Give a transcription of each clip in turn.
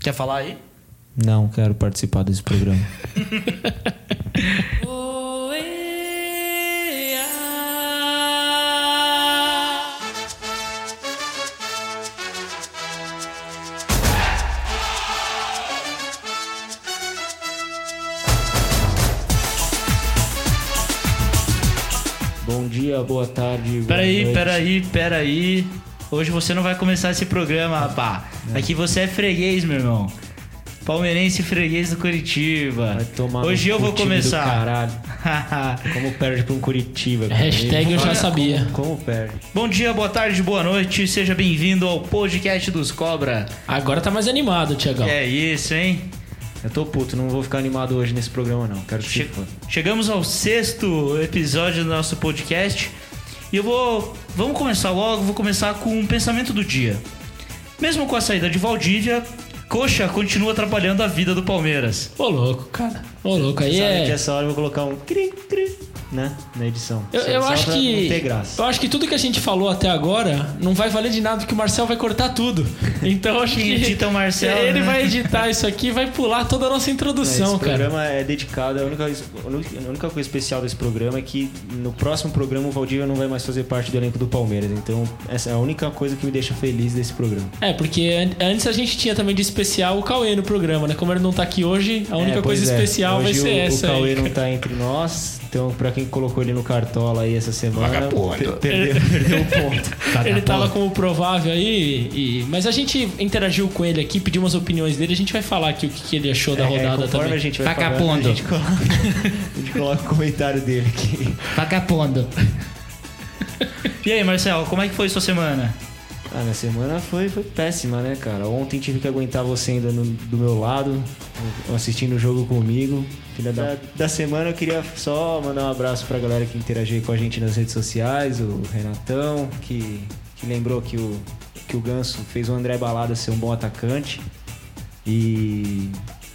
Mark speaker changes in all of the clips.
Speaker 1: Quer falar aí?
Speaker 2: Não quero participar desse programa. Bom dia, boa tarde. boa
Speaker 1: Peraí,
Speaker 2: noite.
Speaker 1: peraí, peraí. Hoje você não vai começar esse programa,
Speaker 2: É.
Speaker 1: rapá. Aqui você é freguês, meu irmão. Palmeirense freguês do Curitiba.
Speaker 2: Vai tomar no
Speaker 1: Hoje eu
Speaker 2: cu,
Speaker 1: vou
Speaker 2: time do
Speaker 1: começar.
Speaker 2: caralho. Como perde pra um Curitiba. cara.
Speaker 3: Hashtag eu já
Speaker 2: Olha
Speaker 3: sabia.
Speaker 2: Como, como perde?
Speaker 1: Bom dia, boa tarde, boa noite. Seja bem-vindo ao podcast dos Cobra.
Speaker 3: Agora tá mais animado,
Speaker 2: Então.
Speaker 3: Tiagão.
Speaker 1: É isso, hein?
Speaker 2: Eu tô puto, não vou ficar animado hoje nesse programa, não. Quero que se
Speaker 1: Che-
Speaker 2: foda.
Speaker 1: Chegamos ao sexto episódio do nosso podcast e eu vou. Vamos começar logo, vou começar com um pensamento do dia. Mesmo com a saída de Valdívia, Coxa continua atrapalhando a vida do Palmeiras.
Speaker 3: Ô louco, cara. Ô louco, aí
Speaker 2: Sabe que
Speaker 3: é.
Speaker 2: essa hora eu vou colocar um cri, cri, né? Na edição.
Speaker 3: Eu,
Speaker 2: Só-
Speaker 3: eu
Speaker 2: só
Speaker 3: acho
Speaker 2: pra
Speaker 3: que.
Speaker 2: Não ter graça.
Speaker 3: Eu acho que tudo que a gente falou até agora não vai valer de nada, porque o Marcel vai cortar tudo. Então acho
Speaker 1: Quem
Speaker 3: que.
Speaker 1: edita é o Marcel,
Speaker 3: Ele
Speaker 1: né?
Speaker 3: vai editar isso aqui e vai pular toda a nossa introdução,
Speaker 2: Esse
Speaker 3: cara.
Speaker 2: programa é dedicado. A única, a única coisa especial desse programa é que no próximo programa o Valdívia não vai mais fazer parte do elenco do Palmeiras. Então, essa é a única coisa que me deixa feliz desse programa.
Speaker 3: É, porque an- antes a gente tinha também de especial o Cauê no programa, né? Como ele não tá aqui hoje, a única
Speaker 2: É, pois
Speaker 3: coisa
Speaker 2: é.
Speaker 3: especial vai
Speaker 2: Hoje
Speaker 3: ser
Speaker 2: o,
Speaker 3: essa
Speaker 2: O Cauê
Speaker 3: aí.
Speaker 2: não tá entre nós, então pra quem colocou ele no cartola aí essa semana, per- perdeu, perdeu o ponto.
Speaker 3: Ele tava como provável aí, e- mas a gente interagiu com ele aqui, pediu umas opiniões dele, a gente vai falar aqular aqui o que, que ele achou da
Speaker 2: É,
Speaker 3: rodada
Speaker 2: conforme
Speaker 3: também. Tá
Speaker 2: a gente vai falando,
Speaker 1: Vagabundo.
Speaker 2: a gente coloca, a gente coloca o comentário dele aqui.
Speaker 1: Vagabundo. e aí, Marcel, como é que foi sua semana?
Speaker 2: Ah, minha semana foi, foi péssima, né, cara? Ontem tive que aguentar você ainda no- do meu lado, assistindo o jogo comigo. Filha da, da semana eu queria só mandar um abraço pra galera que interagiu com a gente nas redes sociais, o Renatão, que, que lembrou que o, que o Ganso fez o André Balada ser um bom atacante. E.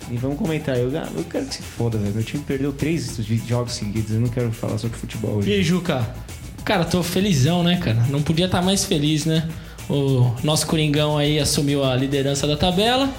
Speaker 2: E vamos comentar, eu, ah, eu quero que se foda, velho. Meu time perdeu três jogos seguidos, eu não quero falar sobre futebol
Speaker 1: E aí,
Speaker 2: hoje.
Speaker 1: Juca?
Speaker 3: Cara, tô felizão, né, cara? Não podia estar mais feliz, né? O nosso Coringão aí assumiu a liderança da tabela.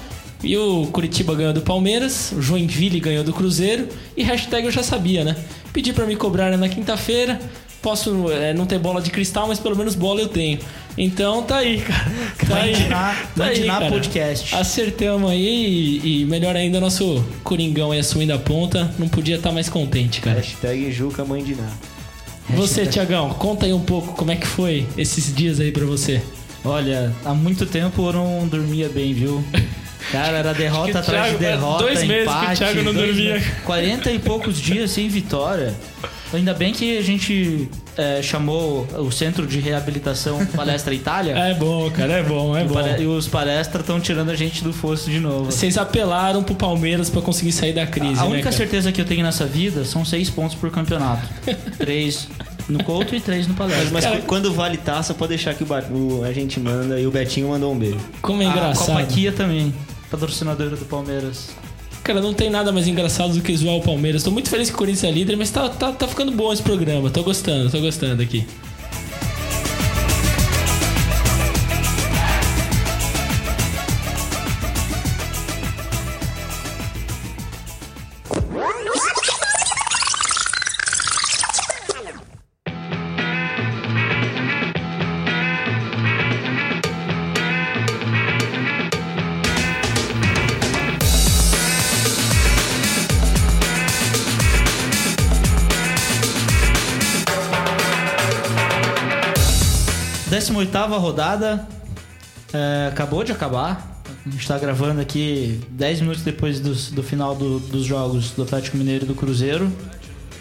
Speaker 3: E o Curitiba ganhou do Palmeiras, o Joinville ganhou do Cruzeiro e hashtag eu já sabia, né? Pedi pra me cobrar né, na quinta-feira. Posso é, não ter bola de cristal, mas pelo menos bola eu tenho. Então tá aí, cara. Tá aí.
Speaker 1: Mandinar-
Speaker 3: Tá aí,
Speaker 1: Mandinar
Speaker 3: cara.
Speaker 1: Podcast.
Speaker 3: Acertamos aí e, e melhor ainda, nosso Coringão aí assumindo a ponta. Não podia estar mais contente, cara.
Speaker 2: Hashtag Juca Mãe de Ná.
Speaker 3: Você, Tiagão, conta aí um pouco como é que foi esses dias aí pra você.
Speaker 1: Olha, há muito tempo eu não dormia bem, viu? Cara, era derrota
Speaker 3: que o
Speaker 1: atrás
Speaker 3: Thiago-
Speaker 1: de derrota,
Speaker 3: dois meses que o
Speaker 1: empate.
Speaker 3: Thiago não
Speaker 1: dois
Speaker 3: dormia.
Speaker 1: meses. 40 e poucos dias sem vitória. Ainda bem que a gente eh, chamou o Centro de Reabilitação Palestra Itália.
Speaker 3: É bom, cara, é bom, é
Speaker 1: e,
Speaker 3: bom.
Speaker 1: pare- e os palestras estão tirando a gente do fosso de novo.
Speaker 3: Vocês apelaram pro Palmeiras pra conseguir sair da crise,
Speaker 1: a
Speaker 3: né,
Speaker 1: única
Speaker 3: cara?
Speaker 1: certeza que eu tenho nessa vida são seis pontos por campeonato. três no Couto e três no Palestra.
Speaker 2: Mas cu- quando vale taça, pode deixar que o, Ba- o- a gente manda e o Betinho mandou um beijo.
Speaker 3: Como é engraçado.
Speaker 1: A Copa Kia também, patrocinadora do Palmeiras.
Speaker 3: Cara, não tem nada mais engraçado do que zoar o Palmeiras. Tô muito feliz que o Corinthians é líder, mas tá, tá, tá ficando bom esse programa. Tô gostando, tô gostando aqui.
Speaker 1: Décima oitava rodada é, acabou de acabar. A gente tá gravando aqui 10 minutos depois dos- do, final do- dos jogos do Atlético Mineiro e do Cruzeiro.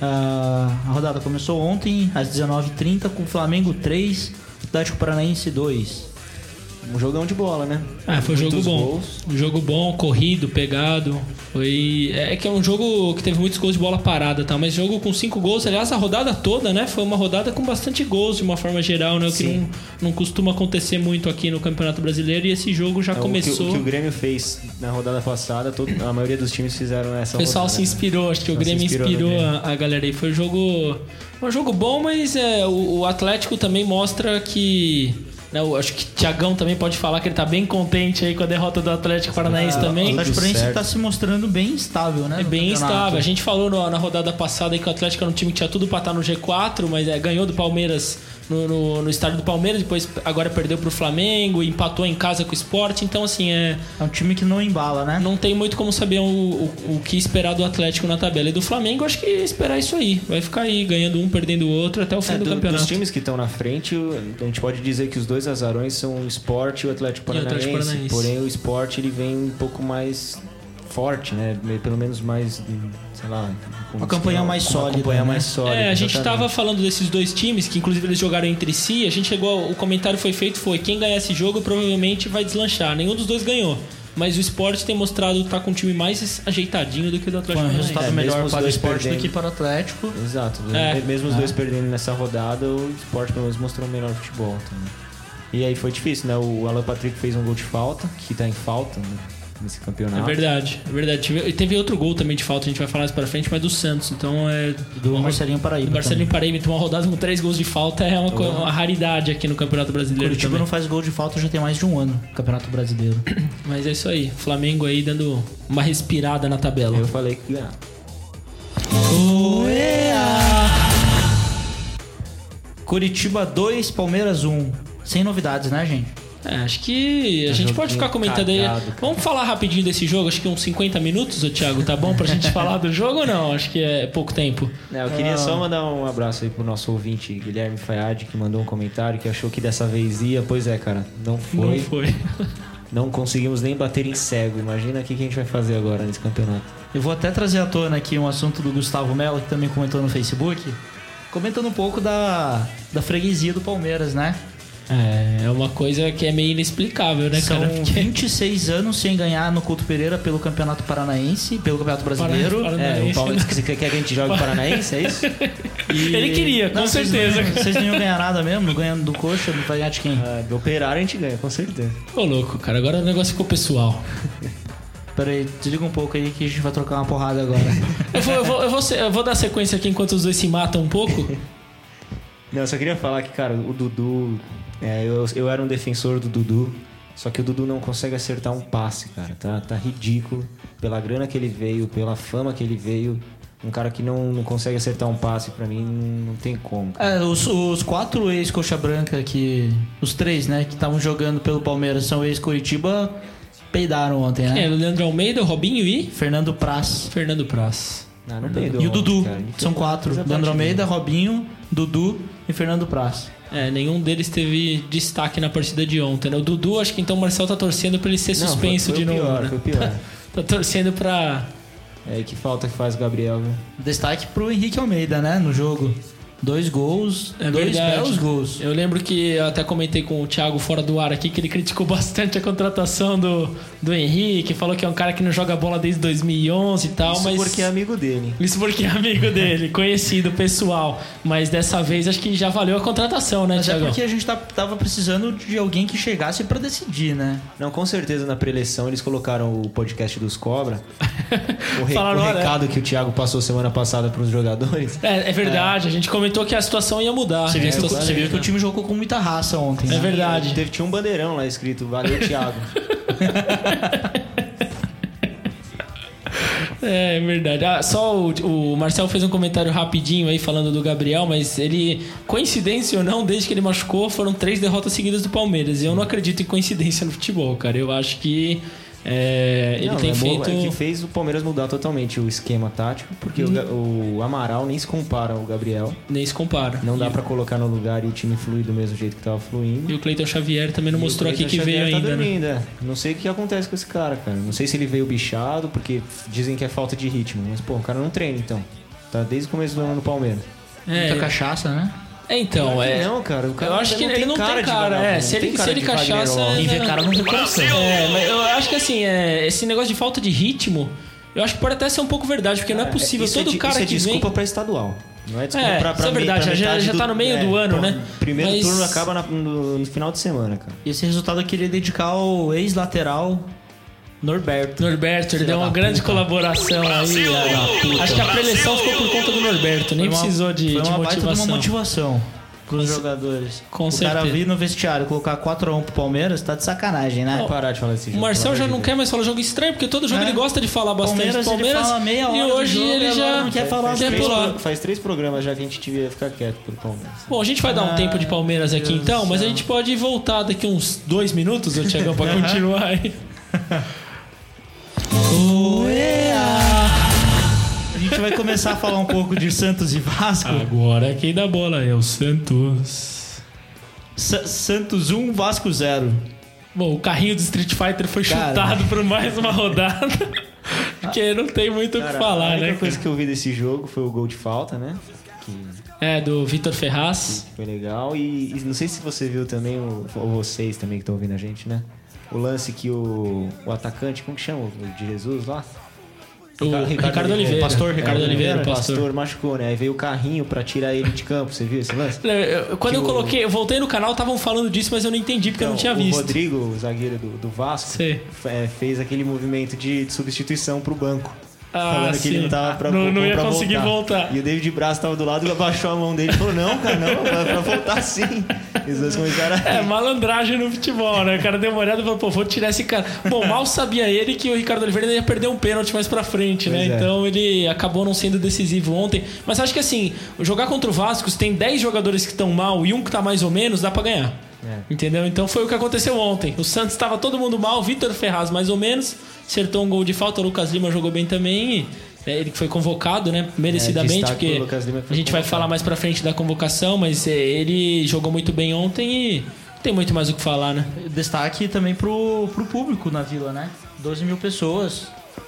Speaker 1: Ah, a rodada começou ontem, às 19h30, com Flamengo 3, Atlético Paranaense 2.
Speaker 2: Um jogão de bola, né?
Speaker 3: Ah, foi um jogo
Speaker 2: Muitos
Speaker 3: bom.
Speaker 2: gols.
Speaker 3: Um jogo bom, corrido, pegado. Foi. É que é um jogo que teve muitos gols de bola parada, tá? Mas jogo com cinco gols, aliás, a rodada toda, né? Foi uma rodada com bastante gols de uma forma geral, né? O que
Speaker 2: Sim.
Speaker 3: não, não costuma acontecer muito aqui no Campeonato Brasileiro. E esse jogo já
Speaker 2: É o que-
Speaker 3: começou.
Speaker 2: O que, o Grêmio fez na rodada passada, todo- a maioria dos times fizeram essa
Speaker 3: O pessoal
Speaker 2: rodada,
Speaker 3: se
Speaker 2: né?
Speaker 3: inspirou, acho que o
Speaker 2: Pessoal se
Speaker 3: Grêmio
Speaker 2: inspirou né?
Speaker 3: inspirou,
Speaker 2: no
Speaker 3: a, a galera aí. Foi um jogo. Um jogo bom, mas é, o, o Atlético também mostra que né, eu acho que o Thiagão também pode falar que ele tá bem contente aí com a derrota do Atlético
Speaker 2: É,
Speaker 3: Paranaense
Speaker 1: Ah, O
Speaker 3: É também.
Speaker 1: Atlético Paranaense
Speaker 2: certo.
Speaker 1: tá se mostrando bem estável, né?
Speaker 3: É
Speaker 1: no
Speaker 3: bem
Speaker 1: campeonato.
Speaker 3: estável. A gente falou no- na rodada passada aí que o Atlético era um time que tinha tudo pra estar no G4, mas é, ganhou do Palmeiras no, no- no estádio do Palmeiras, depois agora perdeu pro Flamengo, empatou em casa com o Sport. Então, assim, é,
Speaker 1: É um time que não embala, né?
Speaker 3: não tem muito como saber o, o- o que esperar do Atlético na tabela. E do Flamengo, acho que é esperar isso aí. Vai ficar aí, ganhando um, perdendo o outro até o fim
Speaker 2: É,
Speaker 3: do,
Speaker 2: do-
Speaker 3: campeonato.
Speaker 2: dos times que estão na frente, o- a gente pode dizer que os dois azarões são o Sport e o Atlético
Speaker 3: E o Atlético
Speaker 2: Paranaense.
Speaker 3: Paranaense.
Speaker 2: Porém, o Sport ele vem um pouco mais forte, né? Meio- Pelo menos mais, hum, sei lá... com-
Speaker 1: Uma campanha mais
Speaker 2: com
Speaker 1: sólida,
Speaker 2: Uma campanha
Speaker 1: né?
Speaker 2: mais sólida.
Speaker 3: É, a gente
Speaker 2: exatamente.
Speaker 3: tava falando desses dois times, que inclusive eles jogaram entre si. A gente chegou. O comentário foi feito: foi quem ganhar esse jogo provavelmente vai deslanchar. Nenhum dos dois ganhou. Mas o esporte tem mostrado estar com um time mais ajeitadinho do que o do Atlético
Speaker 1: Foi um
Speaker 3: Paranaense.
Speaker 1: resultado
Speaker 2: É, mesmo
Speaker 1: melhor
Speaker 2: os
Speaker 1: para o
Speaker 2: dois
Speaker 1: esporte do
Speaker 2: perdendo.
Speaker 1: que para o Atlético.
Speaker 2: Exato.
Speaker 3: É.
Speaker 2: Mesmo os dois perdendo nessa rodada, o Sport pelo menos mostrou o melhor futebol também. E aí foi difícil, né? O Alan Patrick fez um gol de falta, que tá em falta né, nesse
Speaker 3: É
Speaker 2: campeonato.
Speaker 3: verdade, é verdade. Tive- E teve outro gol também de falta, a gente vai falar mais pra frente, mas do Santos. Então é.
Speaker 1: Do
Speaker 3: uma-
Speaker 1: Marcelinho Paraíba.
Speaker 3: do Marcelinho Paraíba, então uma rodada com três gols de falta é uma, co- uma raridade aqui no Campeonato
Speaker 1: O
Speaker 3: Brasileiro.
Speaker 1: Curitiba
Speaker 3: também.
Speaker 1: não faz gol de falta já tem mais de um ano. Campeonato Brasileiro.
Speaker 3: Mas é isso aí. Flamengo aí dando uma respirada na tabela.
Speaker 2: Eu falei que ah, ganhava.
Speaker 1: Curitiba 2, Palmeiras 1. Sem novidades, né, gente?
Speaker 3: É, acho que a gente pode ficar comentando aí.
Speaker 2: cagado, cara.
Speaker 3: Vamos falar rapidinho desse jogo, acho que uns 50 minutos, ô Thiago, tá bom pra gente falar do jogo ou não? Acho que é pouco tempo.
Speaker 2: É, eu queria só mandar um abraço aí pro nosso ouvinte Guilherme Fayad, que mandou um comentário que achou que dessa vez ia. Pois é, cara, não foi.
Speaker 3: Não
Speaker 2: Não,
Speaker 3: foi.
Speaker 2: conseguimos nem bater em cego. Imagina o que que a gente vai fazer agora nesse campeonato.
Speaker 1: Eu vou até trazer à tona aqui um assunto do Gustavo Mello, que também comentou no Facebook. Comentando um pouco da, da freguesia do Palmeiras, né?
Speaker 3: É, é uma coisa que é meio inexplicável, né,
Speaker 1: São
Speaker 3: cara? Porque
Speaker 1: 26 anos sem ganhar no Couto Pereira pelo Campeonato Paranaense, pelo Campeonato Brasileiro.
Speaker 3: Paranaense.
Speaker 2: É,
Speaker 3: Paranaense.
Speaker 2: o Palmeiras que você quer que a gente jogue Paranaense, é isso?
Speaker 1: E-
Speaker 3: Ele queria, com
Speaker 1: Não, vocês não-
Speaker 3: certeza.
Speaker 1: Vocês não iam ganhar nada mesmo, ganhando do coxa, não vai ganhar de quem?
Speaker 2: Ah, do operário a gente ganha, com certeza.
Speaker 3: Ô, louco, cara, agora o negócio ficou pessoal.
Speaker 1: Pera aí, desliga um pouco aí que a gente vai trocar uma porrada agora.
Speaker 3: Eu vou, eu vou, eu vou, se- eu vou dar sequência aqui enquanto os dois se matam um pouco.
Speaker 2: Não, eu só queria falar que, cara, o Dudu. é, eu, eu era um defensor do Dudu. Só que o Dudu não consegue acertar um passe, cara. Tá, tá ridículo. Pela grana que ele veio, pela fama que ele veio. Um cara que não, não consegue acertar um passe, pra mim, não, não tem como. cara.
Speaker 1: É, os, os quatro ex-coxa branca que. Os três, né, que estavam jogando pelo Palmeiras são ex-Curitiba, peidaram ontem, né?
Speaker 3: É, o Leandro Almeida, o Robinho e
Speaker 1: Fernando Praz.
Speaker 3: Fernando Praz.
Speaker 2: Ah, não perdoa,
Speaker 1: E o Dudu.
Speaker 2: cara. Ele fez
Speaker 1: São
Speaker 2: uma
Speaker 1: quatro.
Speaker 2: coisa
Speaker 1: Leandro
Speaker 2: abaixo
Speaker 1: Almeida, Robinho, Dudu e Fernando Praz.
Speaker 3: É, nenhum deles teve destaque na partida de ontem, né? O Dudu, acho que então o Marcel tá torcendo pra ele ser
Speaker 2: dele. Não,
Speaker 3: suspenso
Speaker 2: foi- foi
Speaker 3: de
Speaker 2: o
Speaker 3: novo.
Speaker 2: Pior,
Speaker 3: né?
Speaker 2: Foi o pior.
Speaker 3: Tá torcendo pra.
Speaker 2: É, que falta que faz o Gabriel, né? viu?
Speaker 1: Destaque pro Henrique Almeida, né, no jogo. Dois gols,
Speaker 3: É
Speaker 1: dois
Speaker 3: verdade.
Speaker 1: belos gols.
Speaker 3: Eu lembro que eu até comentei com o Thiago fora do ar aqui que ele criticou bastante a contratação do, do Henrique, falou que é um cara que não joga bola desde 2011 e
Speaker 1: Ah,
Speaker 3: tal,
Speaker 2: Isso
Speaker 3: mas.
Speaker 2: porque é amigo dele.
Speaker 3: Isso porque é amigo dele, conhecido, pessoal. Mas dessa vez acho que já valeu a contratação, né,
Speaker 1: Mas é
Speaker 3: Thiago?
Speaker 1: porque a gente tá- tava precisando de alguém que chegasse pra decidir, né?
Speaker 2: Não, com certeza na preleção eles colocaram o podcast dos Cobra. O, re-
Speaker 3: Falaram,
Speaker 2: o
Speaker 3: olha-
Speaker 2: recado que o Thiago passou semana passada pros jogadores.
Speaker 3: É, é verdade, a gente comentou que a situação ia mudar.
Speaker 1: Você viu,
Speaker 3: É,
Speaker 1: que, você viu que o time jogou com muita raça ontem,
Speaker 3: É
Speaker 1: né?
Speaker 3: verdade.
Speaker 2: Teve, tinha um bandeirão lá escrito, valeu Thiago.
Speaker 3: É verdade. Ah, só o, o Marcel fez um comentário rapidinho aí falando do Gabriel, mas ele, coincidência ou não, desde que ele machucou, foram três derrotas seguidas do Palmeiras. E eu não acredito em coincidência no futebol, cara. Eu acho que é, ele
Speaker 2: Não,
Speaker 3: tem
Speaker 2: é bom-
Speaker 3: feito. Uhum.
Speaker 2: é que fez o Palmeiras mudar totalmente o esquema tático, porque o Ga- o, Amaral nem se compara ao Gabriel.
Speaker 3: Nem se compara.
Speaker 2: Não dá
Speaker 3: E-
Speaker 2: pra colocar no lugar e o time fluir do mesmo jeito que tava fluindo.
Speaker 3: E o Cleiton Xavier também não
Speaker 2: E o
Speaker 3: mostrou aqui
Speaker 2: Cleiton
Speaker 3: que veio
Speaker 2: Xavier tá
Speaker 3: ainda, né?
Speaker 2: dormindo, é. Não sei o que acontece com esse cara, cara. Não sei se ele veio bichado, porque dizem que é falta de ritmo. Mas, pô, o cara não treina, então. Tá desde o começo do ano no Palmeiras.
Speaker 1: Muita
Speaker 3: É,
Speaker 1: cachaça, né?
Speaker 3: é, então, é.
Speaker 2: Não, cara. O cara
Speaker 3: Eu acho que
Speaker 2: não
Speaker 3: ele
Speaker 2: tem
Speaker 3: não
Speaker 2: cara
Speaker 3: tem
Speaker 2: de
Speaker 3: cara,
Speaker 2: vagabundo,
Speaker 3: é.
Speaker 2: não
Speaker 3: Se ele,
Speaker 2: tem
Speaker 3: se
Speaker 2: cara
Speaker 3: ele
Speaker 2: de Wagner
Speaker 3: cachaça.
Speaker 2: Love.
Speaker 1: Quem vê cara não vê coração.
Speaker 3: É, mas eu acho que assim, é, esse negócio de falta de ritmo, eu acho que pode até ser um pouco verdade, porque não é possível.
Speaker 2: Isso é
Speaker 3: Todo
Speaker 2: de-
Speaker 3: cara
Speaker 2: isso é
Speaker 3: que
Speaker 2: desculpa
Speaker 3: vem.
Speaker 2: pra estadual. Não é desculpa
Speaker 3: É,
Speaker 2: pra, pra
Speaker 3: isso é
Speaker 2: me-
Speaker 3: verdade,
Speaker 2: pra
Speaker 3: já-
Speaker 2: metade é,
Speaker 3: já tá no meio do ano,
Speaker 2: pô,
Speaker 3: né?
Speaker 2: Primeiro
Speaker 3: Mas-
Speaker 2: turno acaba na- no, no final de semana, cara.
Speaker 1: E esse resultado eu queria dedicar ao ex-lateral Norberto.
Speaker 3: Norberto, ele
Speaker 1: Filha
Speaker 3: deu uma
Speaker 1: da
Speaker 3: grande
Speaker 1: puta.
Speaker 3: colaboração aí. ó. Acho que a preleção ficou por conta do Norberto, nem
Speaker 1: Foi uma-
Speaker 3: precisou de,
Speaker 1: foi
Speaker 3: de
Speaker 1: uma baita de
Speaker 3: motivação.
Speaker 1: uma motivação. pros
Speaker 3: Com ce-
Speaker 1: jogadores.
Speaker 3: com
Speaker 1: o cara
Speaker 3: certeza.
Speaker 1: vir no vestiário e colocar 4x1 pro Palmeiras, tá de sacanagem, né?
Speaker 3: Não,
Speaker 2: Parar de falar desse
Speaker 3: O
Speaker 2: jogo.
Speaker 3: Marcel
Speaker 2: pelo
Speaker 3: já
Speaker 2: amor
Speaker 3: não
Speaker 2: de
Speaker 3: quer mais falar jogo estranho, porque todo jogo
Speaker 1: É.
Speaker 3: ele gosta de falar bastante
Speaker 1: Palmeiras,
Speaker 3: do
Speaker 1: ele
Speaker 3: Palmeiras.
Speaker 1: fala meia
Speaker 3: e
Speaker 1: hora do
Speaker 3: hoje
Speaker 1: jogo,
Speaker 3: ele
Speaker 1: ele
Speaker 3: já
Speaker 1: não quer
Speaker 2: Deus.
Speaker 1: falar
Speaker 2: Faz
Speaker 3: quer
Speaker 2: três
Speaker 3: pular.
Speaker 2: pro- Faz três programas já que a gente devia ficar quieto pro Palmeiras.
Speaker 3: Bom, a gente vai dar um
Speaker 1: Ah,
Speaker 3: tempo de Palmeiras aqui
Speaker 1: Deus
Speaker 3: então,
Speaker 1: do
Speaker 3: mas a
Speaker 1: céu.
Speaker 3: gente pode voltar daqui uns dois minutos, ô Tiagão, pra continuar aí. Oh.
Speaker 1: A gente vai começar a falar um pouco de Santos e Vasco.
Speaker 3: Agora quem dá bola é o Santos.
Speaker 1: Sa- Santos 1, Vasco 0.
Speaker 3: Bom, o carrinho do Street Fighter foi
Speaker 1: Cara.
Speaker 3: chutado por mais uma rodada. Porque não tem muito o que
Speaker 2: a
Speaker 3: falar,
Speaker 2: única
Speaker 3: né? cara?
Speaker 2: coisa que eu vi desse jogo foi o gol de falta, né? Que
Speaker 3: É, do Vitor Ferraz.
Speaker 2: foi legal. E, e não sei se você viu também, o- ou vocês também que estão ouvindo a gente, né? O lance que o, o atacante, como que chama? O de Jesus lá?
Speaker 3: O Ricardo, Oliveira.
Speaker 1: Pastor Ricardo
Speaker 3: É, o
Speaker 1: Oliveira,
Speaker 2: o
Speaker 3: Pastor.
Speaker 2: pastor machucou, né? Aí veio o carrinho pra tirar ele de campo, você viu esse lance?
Speaker 3: Eu- É, eu- Quando eu coloquei, eu voltei no canal, estavam falando disso, mas eu não entendi porque eu não tinha
Speaker 2: Então, o
Speaker 3: visto.
Speaker 2: Rodrigo, o zagueiro do, do Vasco,
Speaker 3: Sei.
Speaker 2: fe- é, fez aquele movimento de, de substituição pro banco.
Speaker 3: Ah,
Speaker 2: falando que ele
Speaker 3: sim.
Speaker 2: não tava pra
Speaker 3: Não-
Speaker 2: pra-
Speaker 3: não ia
Speaker 2: pra
Speaker 3: conseguir voltar.
Speaker 2: E o David Braz tava do lado e abaixou a mão dele e falou: Não, cara, não, vai pra voltar sim. E os dois começaram a.
Speaker 3: É, malandragem no futebol, né? O cara deu uma olhada e falou, pô, vou tirar esse cara. Bom, mal sabia ele que o Ricardo Oliveira ia perder um pênalti mais pra frente, né?
Speaker 2: Pois é.
Speaker 3: Então ele acabou não sendo decisivo ontem. Mas acho que assim, jogar contra o Vasco, se tem 10 jogadores que estão mal e um que tá mais ou menos, dá pra ganhar.
Speaker 2: É.
Speaker 3: Entendeu? Então foi o que aconteceu ontem. O Santos estava todo mundo mal, Vitor Ferraz mais ou menos, acertou um gol de falta, o Lucas Lima jogou bem também. e, né, ele que foi convocado, né? Merecidamente,
Speaker 2: É, destaque
Speaker 3: porque
Speaker 2: pro Lucas Lima que
Speaker 3: a
Speaker 2: foi
Speaker 3: gente vai falar mais pra frente da convocação, mas é, ele jogou muito bem ontem e não tem muito mais o que falar, né?
Speaker 1: Destaque também pro, pro público na vila, né? 12 mil pessoas.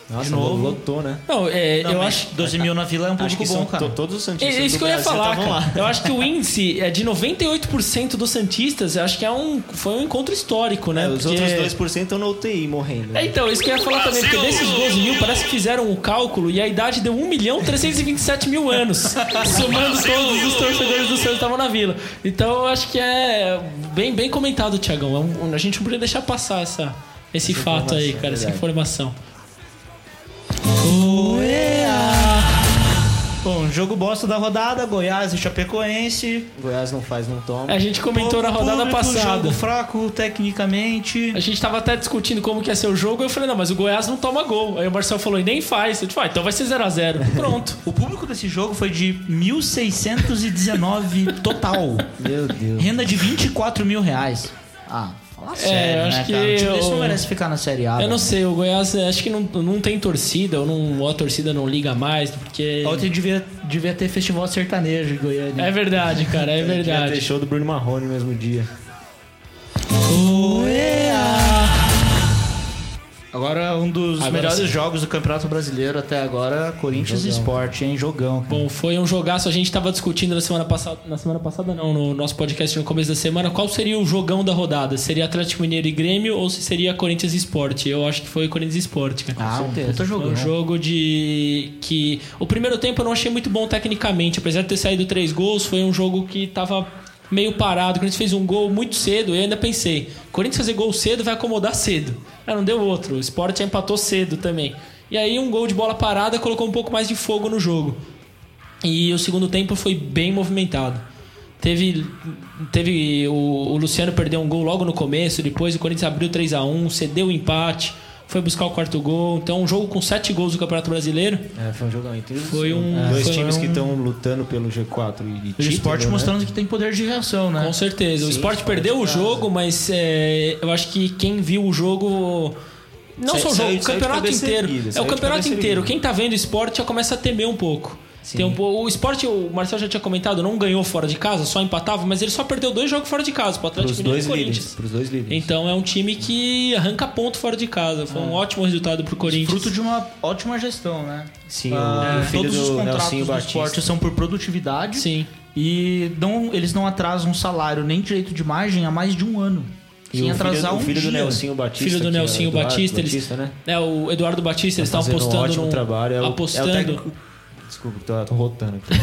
Speaker 2: Nossa,
Speaker 1: de novo.
Speaker 2: lotou, né?
Speaker 3: Não, é,
Speaker 1: Não,
Speaker 3: eu
Speaker 1: mas
Speaker 3: acho.
Speaker 1: 12 mil na vila é um
Speaker 2: Acho
Speaker 1: público
Speaker 2: que
Speaker 1: bom,
Speaker 2: são
Speaker 1: cara.
Speaker 2: to- todos os
Speaker 3: É
Speaker 2: Santistas.
Speaker 3: isso
Speaker 2: do
Speaker 3: que eu ia
Speaker 2: Brasil
Speaker 3: falar,
Speaker 2: estavam
Speaker 3: cara.
Speaker 2: lá.
Speaker 3: Eu acho que o índice é de 98% dos Santistas, eu acho que é um, foi um encontro histórico, né?
Speaker 2: É, os
Speaker 3: Porque-
Speaker 2: outros 2% estão na UTI morrendo.
Speaker 3: É, então, isso que eu ia falar também, porque desses 12 mil, parece que fizeram o cálculo e a idade deu 1 milhão 327 mil anos, somando todos os torcedores do Santos que estavam na vila. Então, eu acho que é bem, bem comentado, Tiagão. É um- a gente não podia deixar passar essa, esse fato aí,
Speaker 2: informação,
Speaker 3: cara, essa
Speaker 2: verdade.
Speaker 3: informação.
Speaker 1: Bom, jogo bosta da rodada, Goiás e Chapecoense.
Speaker 2: Goiás não faz, não toma.
Speaker 3: É, A gente comentou
Speaker 1: Pouco
Speaker 3: na rodada
Speaker 1: público,
Speaker 3: passada.
Speaker 1: Jogo fraco tecnicamente.
Speaker 3: A gente tava até discutindo como que ia ser o jogo, eu falei, não, mas o Goiás não toma gol. Aí o Marcel falou, e nem faz. Eu disse, ah, então vai ser 0x0. Pronto.
Speaker 1: O público desse jogo foi de 1.619 total.
Speaker 2: Meu Deus.
Speaker 3: É
Speaker 1: Renda de 24 mil reais. Ah, fala sério,
Speaker 3: eu acho
Speaker 1: né,
Speaker 3: que
Speaker 1: cara? Um time desse
Speaker 3: eu-
Speaker 1: não merece ficar na Série A.
Speaker 3: Eu não
Speaker 1: velho.
Speaker 3: sei, o Goiás eh, acho que não, não tem torcida, ou, não- ou a torcida não liga mais, porque.
Speaker 1: Ontem devia, devia ter festival sertanejo em Goiânia.
Speaker 3: É verdade, cara, é
Speaker 2: Tinha
Speaker 3: verdade.
Speaker 2: show do Bruno Marrone no mesmo dia.
Speaker 1: Agora um dos
Speaker 3: Agora
Speaker 1: melhores
Speaker 3: sim.
Speaker 1: jogos do Campeonato Brasileiro até agora, Corinthians
Speaker 2: Jogão.
Speaker 1: Esporte, hein? Jogão. cara.
Speaker 3: Bom, foi um jogaço, a gente tava discutindo na semana passada. Na semana passada, não, no nosso podcast no começo da semana, qual seria o jogão da rodada? Seria Atlético Mineiro e Grêmio ou se seria Corinthians e Esporte? Eu acho que foi Corinthians e Esporte, cara.
Speaker 1: ah, um puta
Speaker 3: Foi
Speaker 1: jogão.
Speaker 3: um jogo de. que. O primeiro tempo eu não achei muito bom tecnicamente. Apesar de ter saído três gols, foi um jogo que tava meio parado. O Corinthians fez um gol muito cedo e eu ainda pensei: Corinthians fazer gol cedo vai acomodar cedo. Ah, não deu outro. O Sport já empatou cedo também. E aí um gol de bola parada colocou um pouco mais de fogo no jogo. E o segundo tempo foi bem movimentado. Teve, teve o, o Luciano perdeu um gol logo no começo, depois o Corinthians abriu 3 a 1 cedeu o empate, foi buscar o quarto gol. Então, um jogo com sete gols do Campeonato Brasileiro.
Speaker 2: É, foi um jogão intenso.
Speaker 3: Foi um-
Speaker 2: Dois
Speaker 3: foi
Speaker 2: times
Speaker 3: um-
Speaker 2: que estão lutando pelo G4 e, e
Speaker 1: E o
Speaker 2: título,
Speaker 1: Esporte
Speaker 2: né?
Speaker 1: mostrando que tem poder de reação, né?
Speaker 3: Com certeza. o
Speaker 2: Ah, Sim,
Speaker 3: Sport
Speaker 2: fora
Speaker 3: perdeu
Speaker 2: de
Speaker 3: o
Speaker 2: casa.
Speaker 3: jogo, mas é, eu acho que quem viu o jogo. Não
Speaker 2: Sai-
Speaker 3: só o jogo,
Speaker 2: saiu-
Speaker 3: o
Speaker 2: saiu de
Speaker 3: campeonato
Speaker 2: cabeça
Speaker 3: inteiro.
Speaker 2: erguida,
Speaker 3: é
Speaker 2: saiu
Speaker 3: o
Speaker 2: de
Speaker 3: campeonato
Speaker 2: cabeça
Speaker 3: inteiro.
Speaker 2: erguida.
Speaker 3: Quem tá vendo o esporte já começa a temer um pouco.
Speaker 2: Sim.
Speaker 3: Tem um po- o esporte, o Marcel já tinha comentado, não ganhou fora de casa, só empatava, mas ele só perdeu dois jogos fora de casa, pro Atlético
Speaker 2: Pros
Speaker 3: Mineiro e
Speaker 2: dois
Speaker 3: Corinthians.
Speaker 2: líderes. Pros dois líderes.
Speaker 3: Então é um time que arranca ponto fora de casa. Foi
Speaker 2: Ah.
Speaker 3: um ótimo resultado pro Corinthians.
Speaker 1: Fruto de uma ótima gestão, né?
Speaker 2: Sim,
Speaker 1: Ah,
Speaker 2: o filho
Speaker 1: todos os
Speaker 2: do
Speaker 1: contratos
Speaker 2: Nelsinho
Speaker 1: do esporte
Speaker 2: Batista.
Speaker 1: são por produtividade
Speaker 2: um
Speaker 3: Sim.
Speaker 1: e não, eles não atrasam um salário nem direito de margem há mais de um ano.
Speaker 2: o
Speaker 1: Sem
Speaker 2: filho-
Speaker 1: atrasar
Speaker 2: o
Speaker 1: um
Speaker 2: filho
Speaker 1: dia.
Speaker 2: do Nelsinho Batista.
Speaker 3: Filho do
Speaker 2: que é o
Speaker 3: Nelsinho
Speaker 2: Eduardo
Speaker 3: Batista, eles-
Speaker 2: Batista, né?
Speaker 3: É, o Eduardo Batista, eles
Speaker 2: Tá
Speaker 3: estavam
Speaker 2: fazendo
Speaker 3: postando
Speaker 2: um ótimo
Speaker 3: num-
Speaker 2: trabalho. É o,
Speaker 3: apostando.
Speaker 2: É o técnico, desculpa, tô, tô rotando aqui.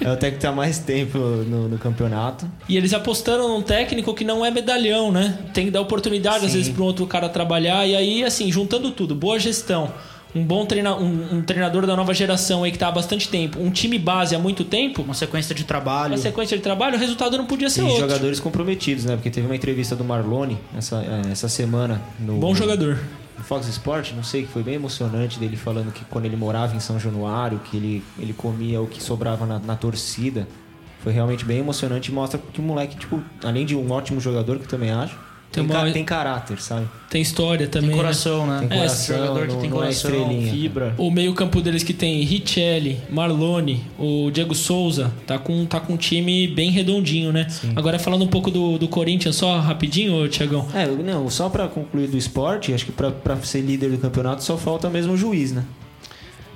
Speaker 2: é o técnico que tá mais tempo no, no campeonato.
Speaker 3: E eles apostaram num técnico que não é medalhão, né? Tem que dar oportunidade, às
Speaker 2: Sim.
Speaker 3: vezes, para um outro cara trabalhar. E aí, assim, juntando tudo, boa gestão. um bom treina, um, um treinador da nova geração aí que tá há bastante tempo, um time base há muito tempo,
Speaker 1: Uma sequência de trabalho.
Speaker 3: uma sequência de trabalho, o resultado não podia ser
Speaker 2: Tem
Speaker 3: outro.
Speaker 2: jogadores comprometidos, né? Porque teve uma entrevista do Marlone essa, é, essa semana no,
Speaker 3: Bom jogador.
Speaker 2: no Fox Sport, não sei, que foi bem emocionante dele falando que quando ele morava em São Januário, que ele, ele comia o que sobrava na, na torcida. Foi realmente bem emocionante e mostra que o moleque, tipo, além de um ótimo jogador, que eu também acho,
Speaker 3: Tem
Speaker 2: tem, ca-
Speaker 3: uma-
Speaker 2: tem caráter, sabe?
Speaker 3: Tem história também.
Speaker 1: Tem
Speaker 3: né?
Speaker 1: coração, né?
Speaker 2: Tem
Speaker 1: É,
Speaker 2: coração,
Speaker 1: jogador que
Speaker 2: não-
Speaker 1: tem
Speaker 2: não é
Speaker 1: coração,
Speaker 2: estrelinha.
Speaker 1: fibra.
Speaker 3: O meio-campo deles que tem Richelli, Marlone, o Diego Souza, tá com, tá com um time bem redondinho, né? Agora falando um pouco do, do Corinthians, só rapidinho, ô, Tiagão.
Speaker 2: É, não, só pra concluir do esporte, acho que pra, pra ser líder do campeonato só falta mesmo o juiz, né?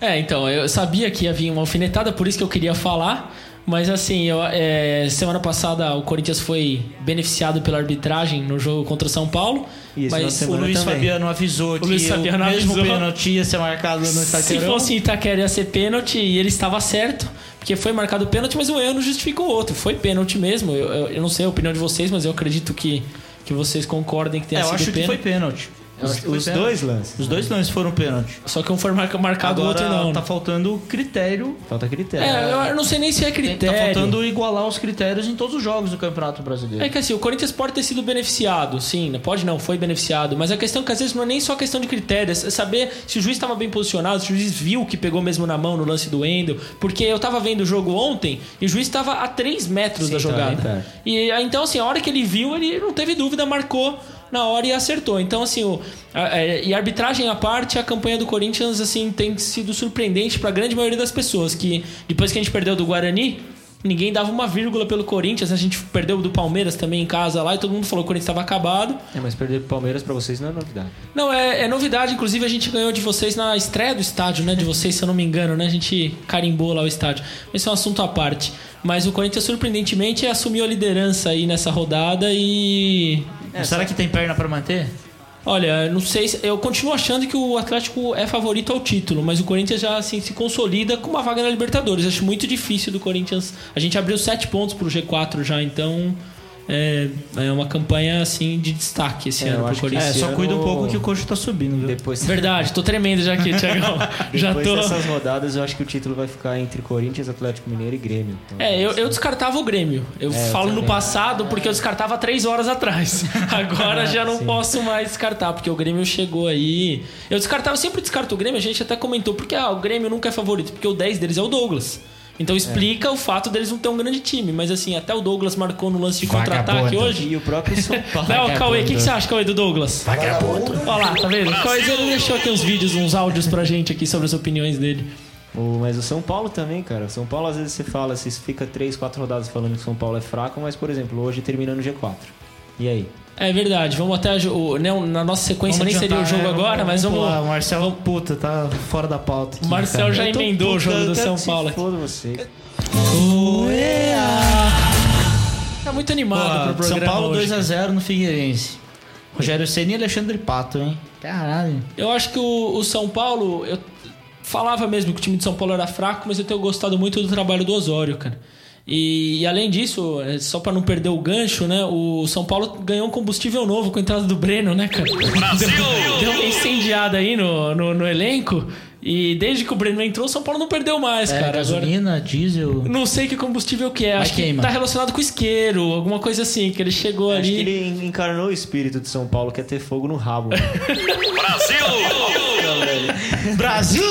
Speaker 3: É, então, eu sabia que ia vir uma alfinetada, por isso que eu queria falar. Mas assim, eu- é, semana passada o Corinthians foi beneficiado pela arbitragem no jogo contra o São Paulo.
Speaker 2: E esse final de
Speaker 3: mas
Speaker 1: O
Speaker 2: semana
Speaker 1: Luiz
Speaker 2: também.
Speaker 1: Fabiano avisou que
Speaker 3: Luiz Fabiano
Speaker 1: o mesmo
Speaker 3: avisou.
Speaker 1: pênalti ia ser marcado no
Speaker 3: se
Speaker 1: Itaquerão.
Speaker 3: fosse em Itaquera ia ser pênalti e ele estava certo, porque foi marcado pênalti, mas um erro não justifica o outro. Foi pênalti mesmo. Eu, eu- eu não sei a opinião de vocês, mas eu acredito que, que vocês concordem que
Speaker 1: É,
Speaker 3: tenha
Speaker 1: eu
Speaker 3: sido
Speaker 1: acho que
Speaker 3: pênalti.
Speaker 1: foi pênalti. Eu acho
Speaker 2: Os,
Speaker 1: que foi
Speaker 2: os
Speaker 1: pênalti.
Speaker 2: dois lances.
Speaker 1: Os dois lances foram pênalti.
Speaker 3: Só que um foi marca- marcado, o
Speaker 1: Agora
Speaker 3: outro não.
Speaker 1: tá
Speaker 3: né?
Speaker 1: faltando critério.
Speaker 2: Falta critério.
Speaker 3: É, eu- eu não sei nem se é critério.
Speaker 1: Tá faltando igualar os critérios em todos os jogos do Campeonato Brasileiro.
Speaker 3: É que assim, o Corinthians pode ter sido beneficiado, sim, né? pode não, foi beneficiado, mas a questão é que às vezes não é nem só questão de critérios, é saber se o juiz estava bem posicionado, se o juiz viu que pegou mesmo na mão no lance do Wendel, porque eu tava vendo o jogo ontem e o juiz estava a 3 metros
Speaker 2: Sim,
Speaker 3: da
Speaker 2: tá,
Speaker 3: jogada.
Speaker 2: tá.
Speaker 3: E ah, então, assim, a hora que ele viu, ele não teve dúvida, marcou na hora e acertou. Então, assim, o, a- a- e arbitragem à parte, a campanha do Corinthians, assim, tem sido surpreendente pra grande maioria das pessoas. Que depois que a gente perdeu do Guarani, ninguém dava uma vírgula pelo Corinthians. né? A gente perdeu do Palmeiras também em casa lá e todo mundo falou que o Corinthians estava acabado.
Speaker 2: É, mas perder pro Palmeiras pra vocês não é novidade.
Speaker 3: Não, é, é novidade. Inclusive, a gente ganhou de vocês na estreia do estádio, né? De vocês, se eu não me engano, né? A gente carimbou lá o estádio. Mas Isso é um assunto à parte. Mas o Corinthians, surpreendentemente, assumiu a liderança aí nessa rodada e.
Speaker 1: Mas É, Será que tem perna pra manter?
Speaker 3: Olha, não sei. se- Eu continuo achando que o Atlético é favorito ao título, mas o Corinthians já assim, se consolida com uma vaga na Libertadores. Acho muito difícil do Corinthians. A gente abriu sete pontos pro G4 já, então. É, é uma campanha assim de destaque esse
Speaker 2: É, eu
Speaker 3: ano pro
Speaker 2: acho que
Speaker 1: É,
Speaker 3: Corinthians.
Speaker 2: Esse
Speaker 1: só
Speaker 2: ano-
Speaker 1: cuida um pouco que o coxo tá subindo, viu?
Speaker 2: Depois,
Speaker 3: Verdade, tô tremendo já aqui, Tiagão. já
Speaker 2: depois
Speaker 3: tô.
Speaker 2: dessas rodadas, eu acho que o título vai ficar entre Corinthians, Atlético Mineiro e Grêmio. Então,
Speaker 3: É, eu, eu descartava o Grêmio. Eu
Speaker 2: É, eu
Speaker 3: falo no
Speaker 2: também.
Speaker 3: passado porque eu descartava três horas atrás. Agora já não
Speaker 2: Sim.
Speaker 3: posso mais descartar, porque o Grêmio chegou aí. Eu descartava, eu sempre descarto o Grêmio, a gente até comentou, porque ah, o Grêmio nunca é favorito, porque o 10 deles é o Douglas. Então explica o fato deles não ter um grande time. Mas assim, até o Douglas marcou no lance de contra-ataque
Speaker 4: Vagabundo.
Speaker 3: hoje.
Speaker 2: E o próprio São Paulo.
Speaker 3: Não, Cauê, o que, que você acha, Cauê, do Douglas?
Speaker 4: Vagabundo.
Speaker 3: Olha lá, tá vendo? O Cauê ele deixou aqui uns vídeos, uns áudios pra gente aqui sobre as opiniões dele.
Speaker 2: O- mas o São Paulo também, cara. O São Paulo, às vezes, você fala, você fica três, quatro rodadas falando que o São Paulo é fraco, mas, por exemplo, hoje termina no G4. E aí?
Speaker 3: É verdade, vamos até. O, né, na nossa sequência
Speaker 1: Vamos
Speaker 3: nem seria o
Speaker 1: adiantar,
Speaker 3: jogo
Speaker 1: né?
Speaker 3: agora, mas vamos.
Speaker 1: pular. O Marcelo, puta, tá fora da pauta. aqui,
Speaker 3: O Marcel
Speaker 1: cara.
Speaker 3: já
Speaker 2: Eu tô
Speaker 3: emendou o
Speaker 2: puto,
Speaker 3: jogo
Speaker 2: eu
Speaker 3: do
Speaker 2: quero
Speaker 3: São
Speaker 2: que se
Speaker 3: Paulo. aqui.
Speaker 2: Foda você.
Speaker 3: Tá muito animado
Speaker 1: Ó,
Speaker 3: pro programa.
Speaker 1: São Paulo
Speaker 3: hoje.
Speaker 1: 2x0 no Figueirense. Rogério Ceni e Alexandre Pato, hein? Caralho.
Speaker 3: Eu acho que o, o São Paulo. Eu falava mesmo que o time de São Paulo era fraco, mas eu tenho gostado muito do trabalho do Osório, cara. E, e além disso, é, só pra não perder o gancho, né? O São Paulo ganhou um combustível novo com a entrada do Breno, né, cara? Deu, deu uma incendiada aí no, no, no elenco. E desde que o Breno entrou, o São Paulo não perdeu mais,
Speaker 1: É,
Speaker 3: cara. Agora-
Speaker 1: gasolina, diesel.
Speaker 3: Não sei que combustível que é,
Speaker 1: Mas
Speaker 3: acho que
Speaker 1: queima.
Speaker 3: tá relacionado com isqueiro, alguma coisa assim, que ele chegou
Speaker 2: Acho
Speaker 3: ali.
Speaker 2: que ele encarnou o espírito de São Paulo, que é ter fogo no rabo.
Speaker 1: Brasil!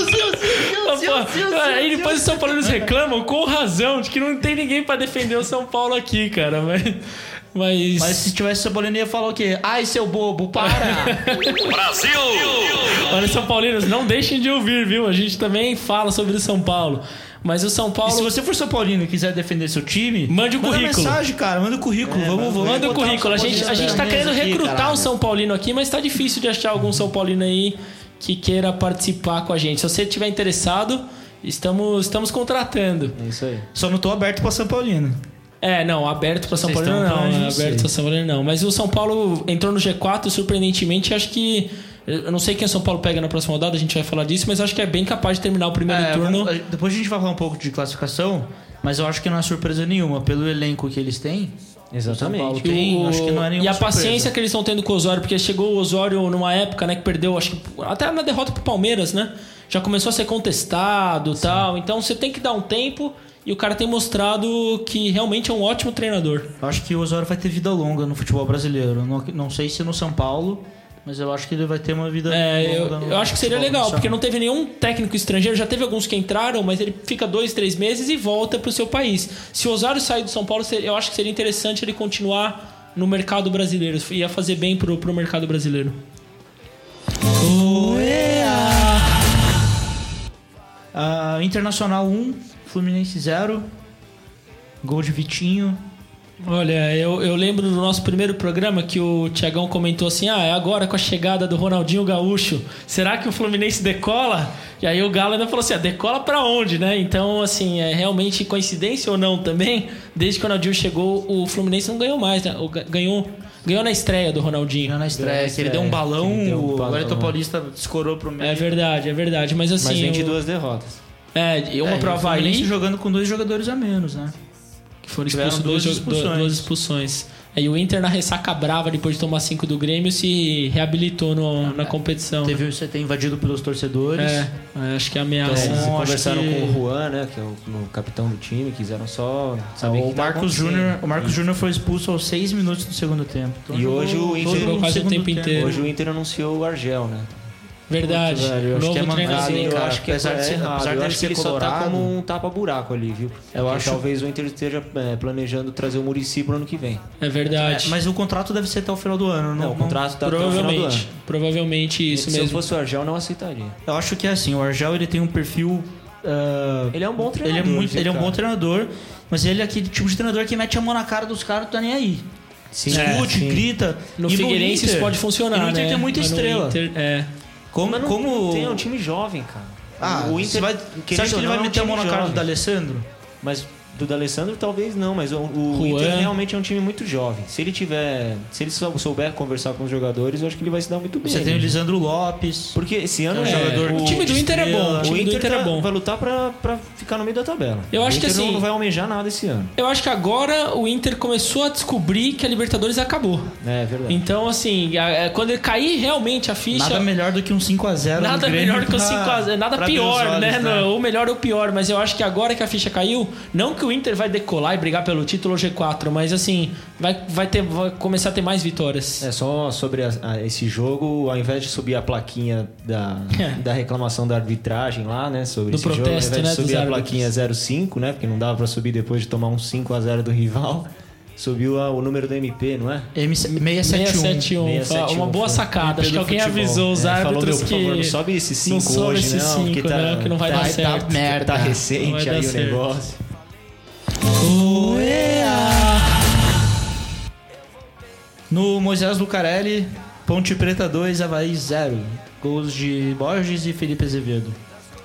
Speaker 3: Ah, pô, Aí depois os São Paulinos reclamam com razão de que não tem ninguém pra defender o São Paulo aqui, cara, mas. Mas.
Speaker 1: Mas se tivesse Sabolino ia falar o quê? Ai, seu bobo, para!
Speaker 3: Olha, São Paulinos, não deixem de ouvir, viu? A gente também fala sobre o São Paulo. Mas o São
Speaker 1: e se
Speaker 3: Paulo.
Speaker 1: você for São Paulino e quiser defender seu time,
Speaker 3: Mande o
Speaker 1: Manda
Speaker 3: currículo.
Speaker 1: mensagem, cara, manda o currículo. vamos, vamos.
Speaker 3: É, Manda o
Speaker 1: botar
Speaker 3: currículo. A
Speaker 1: São
Speaker 3: gente, a
Speaker 1: Paulino
Speaker 3: gente tá
Speaker 1: na
Speaker 3: querendo
Speaker 1: mesa aqui,
Speaker 3: recrutar
Speaker 1: caralho.
Speaker 3: o São Paulino aqui, mas tá difícil de achar algum São Paulino aí que queira participar com a gente. Se você estiver interessado, estamos, estamos contratando.
Speaker 2: É isso aí.
Speaker 1: Só não tô aberto pra São Paulino.
Speaker 3: É, não, aberto pra São
Speaker 1: Vocês
Speaker 3: Paulo
Speaker 1: estão
Speaker 3: não,
Speaker 1: atrás
Speaker 3: é
Speaker 1: disso
Speaker 3: aberto
Speaker 1: aí.
Speaker 3: pra São Paulo não. Mas o São Paulo entrou no G4, surpreendentemente, acho que. Eu não sei quem o São Paulo pega na próxima rodada, a gente vai falar disso, mas acho que é bem capaz de terminar o primeiro
Speaker 1: É,
Speaker 3: turno.
Speaker 1: vamos- depois a gente vai falar um pouco de classificação, mas eu acho que não é surpresa nenhuma. Pelo elenco que eles têm,
Speaker 2: Exatamente.
Speaker 1: Paulo tem,
Speaker 3: o-
Speaker 1: acho que não é nenhuma
Speaker 3: E a
Speaker 1: surpresa.
Speaker 3: paciência que eles estão tendo com o Osório, porque chegou o Osório numa época, né, que perdeu, acho que até na derrota pro Palmeiras, né? Já começou a ser contestado, tal. Então você tem que dar um tempo e o cara tem mostrado que realmente é um ótimo treinador.
Speaker 1: Eu acho que o Osório vai ter vida longa no futebol brasileiro. Não, não sei se no São Paulo, mas eu acho que ele vai ter uma vida
Speaker 3: É, eu,
Speaker 1: longa. no
Speaker 3: eu acho que seria
Speaker 1: futebol
Speaker 3: legal,
Speaker 1: nacional.
Speaker 3: porque não teve nenhum técnico estrangeiro, já teve alguns que entraram, mas ele fica dois, três meses e volta pro seu país. Se o Osório sair do São Paulo, ser- eu acho que seria interessante ele continuar no mercado brasileiro. Ia fazer bem pro, pro mercado brasileiro.
Speaker 1: Ah, Internacional 1, Fluminense 0. Gol de Vitinho.
Speaker 3: Olha, eu, eu lembro do nosso primeiro programa que o Tiagão comentou assim: ah, é agora com a chegada do Ronaldinho Gaúcho, será que o Fluminense decola? E aí o Galo ainda falou assim: ah, decola pra onde, né? Então, assim, é realmente coincidência ou não também? Desde que o Ronaldinho chegou, o Fluminense não ganhou mais, né? O ga- Ganhou, ganhou na estreia do
Speaker 1: Ganhou
Speaker 3: Ronaldinho. né?
Speaker 1: na estreia,
Speaker 2: Ganhou na
Speaker 1: que ele deu um
Speaker 2: estreia,
Speaker 1: balão.
Speaker 2: que ele deu um
Speaker 1: o
Speaker 2: balão.
Speaker 1: Alerta Paulista escorou pro meio.
Speaker 3: É verdade, é verdade. Mas assim.
Speaker 2: Mas vem de
Speaker 3: o-
Speaker 2: duas derrotas.
Speaker 3: É, e uma
Speaker 1: É,
Speaker 3: pro
Speaker 1: e o Fluminense
Speaker 3: Havaí.
Speaker 1: jogando com dois jogadores a menos, né?
Speaker 3: Que foram
Speaker 1: Tiveram
Speaker 3: expulsos
Speaker 1: duas
Speaker 3: duas, expulsões.
Speaker 1: expulsões.
Speaker 3: duas expulsões. É, E o Inter na ressaca brava depois de tomar cinco do Grêmio se reabilitou no- na competição. né?
Speaker 1: Ah, Teve você ter invadido pelos torcedores.
Speaker 3: É, é, acho que é
Speaker 2: Então,
Speaker 3: ameaça.
Speaker 2: eles
Speaker 1: acho
Speaker 2: conversaram
Speaker 1: que-
Speaker 2: com o Juan, né? Que é o, o capitão do time, quiseram só saber
Speaker 1: o
Speaker 2: Tá que tava
Speaker 1: Marcos
Speaker 2: acontecendo.
Speaker 1: Júnior, o Marcos Júnior foi expulso aos 6 minutos do segundo tempo. Então
Speaker 2: E
Speaker 1: jogou
Speaker 2: hoje o
Speaker 1: todo
Speaker 2: Inter-
Speaker 3: Jogou quase o
Speaker 1: segundo
Speaker 3: tempo inteiro.
Speaker 2: Hoje o Inter anunciou o Argel, né?
Speaker 3: Verdade.
Speaker 1: Puta, velho, eu acho
Speaker 3: Novo
Speaker 1: que é uma-
Speaker 3: treinador.
Speaker 1: Mas, hein,
Speaker 2: eu
Speaker 1: cara,
Speaker 2: acho que
Speaker 1: apesar de ser errado,
Speaker 2: apesar
Speaker 1: eu
Speaker 2: dele
Speaker 1: acho que
Speaker 2: ele
Speaker 1: é
Speaker 2: só tá
Speaker 1: colorado.
Speaker 2: como um tapa-buraco ali, viu?
Speaker 1: Eu
Speaker 2: Porque
Speaker 1: acho-
Speaker 2: Talvez o Inter esteja é, planejando trazer o Murici pro ano que vem.
Speaker 3: É verdade.
Speaker 1: É, mas o contrato deve ser até o final do ano.
Speaker 2: Não,
Speaker 1: Não,
Speaker 2: o contrato tá até o final do
Speaker 3: provavelmente.
Speaker 2: ano.
Speaker 1: É,
Speaker 3: Provavelmente isso
Speaker 2: Se eu
Speaker 3: mesmo.
Speaker 2: fosse o Argel, não aceitaria.
Speaker 1: Eu acho que é assim, o Argel ele tem um perfil... ah,
Speaker 2: Ele é um bom
Speaker 1: ele
Speaker 2: treinador.
Speaker 1: é, muito,
Speaker 2: viu,
Speaker 1: ele é um
Speaker 2: cara?
Speaker 1: bom treinador, mas ele é aquele tipo de treinador que mete a mão na cara dos caras e tá nem aí.
Speaker 2: Sim, É,
Speaker 1: Discute,
Speaker 2: sim.
Speaker 1: grita.
Speaker 3: No
Speaker 1: e
Speaker 3: Figueirense
Speaker 1: Inter-
Speaker 3: isso pode funcionar,
Speaker 1: e no Inter
Speaker 3: né?
Speaker 1: tem muita
Speaker 3: Mas no
Speaker 1: estrela.
Speaker 3: Inter, é.
Speaker 1: Como,
Speaker 2: Mas não,
Speaker 1: como...
Speaker 2: tem, é um time jovem, cara.
Speaker 1: Ah,
Speaker 2: o
Speaker 1: você
Speaker 2: Inter,
Speaker 1: vai, você
Speaker 2: querendo
Speaker 1: acha que
Speaker 2: ou
Speaker 1: ele
Speaker 2: não,
Speaker 1: vai
Speaker 2: é um
Speaker 1: meter a mão na
Speaker 2: time
Speaker 1: cara do
Speaker 2: jovem.
Speaker 1: D'Alessandro?
Speaker 2: Mas do D'Alessandro talvez não, mas o, o
Speaker 3: Juan.
Speaker 2: Inter realmente é um time muito jovem. Se ele tiver, se ele sou- souber conversar com os jogadores, eu acho que ele vai se dar muito bem.
Speaker 1: Você tem o Lisandro Lopes.
Speaker 2: Porque esse ano
Speaker 1: É um
Speaker 2: é,
Speaker 1: jogador
Speaker 3: o time do Inter é
Speaker 1: estrela.
Speaker 3: bom. O
Speaker 2: o
Speaker 3: time do
Speaker 2: Inter,
Speaker 3: Inter
Speaker 2: tá-
Speaker 3: é bom.
Speaker 2: vai lutar pra, pra ficar no meio da tabela.
Speaker 3: Eu acho
Speaker 2: o
Speaker 3: que
Speaker 2: Inter não-
Speaker 3: assim-
Speaker 2: não vai almejar nada esse ano.
Speaker 3: Eu acho que agora o Inter começou a descobrir que a Libertadores acabou.
Speaker 2: É verdade.
Speaker 3: Então, assim, a- a- quando ele cair realmente a ficha.
Speaker 1: Nada melhor do que um 5x0
Speaker 3: Nada melhor
Speaker 2: um
Speaker 3: que o 5x0, é nada pior, né?
Speaker 1: Não.
Speaker 3: Ou melhor ou pior, mas eu acho que agora que a ficha caiu, não que o Inter vai decolar e brigar pelo título G4, mas assim, vai, vai, ter, vai começar a ter mais vitórias.
Speaker 2: É só sobre a- a- esse jogo, ao invés de subir a plaquinha da,
Speaker 3: É.
Speaker 2: da reclamação da arbitragem lá, né? Sobre
Speaker 3: Do
Speaker 2: esse jogo, ao
Speaker 3: protesto,
Speaker 2: invés
Speaker 3: né,
Speaker 2: de subir
Speaker 3: dos
Speaker 2: a
Speaker 3: árbitros.
Speaker 2: plaquinha 05, né? Porque não dava pra subir depois de tomar um 5 a 0 do rival. Subiu a- o número do MP, não é?
Speaker 1: M671.
Speaker 3: 671.
Speaker 2: 671,
Speaker 3: uma boa
Speaker 2: foi.
Speaker 3: sacada. Acho que
Speaker 2: Do
Speaker 3: alguém
Speaker 2: futebol.
Speaker 3: avisou os
Speaker 2: É,
Speaker 3: árbitros
Speaker 2: falou, meu, por
Speaker 3: que.
Speaker 2: favor, não sobe esse
Speaker 3: não
Speaker 2: 5
Speaker 3: sobe
Speaker 2: hoje,
Speaker 3: esse
Speaker 2: não, porque
Speaker 3: cinco,
Speaker 2: tá,
Speaker 3: não, que não vai
Speaker 2: tá,
Speaker 3: dar
Speaker 2: tá-
Speaker 3: certo.
Speaker 1: merda.
Speaker 2: Tá
Speaker 3: Não vai
Speaker 2: recente
Speaker 3: dar
Speaker 2: aí o
Speaker 3: certo.
Speaker 2: negócio.
Speaker 1: No Moisés Lucarelli, Ponte Preta 2, Havaí 0. Gols de Borges e Felipe Azevedo.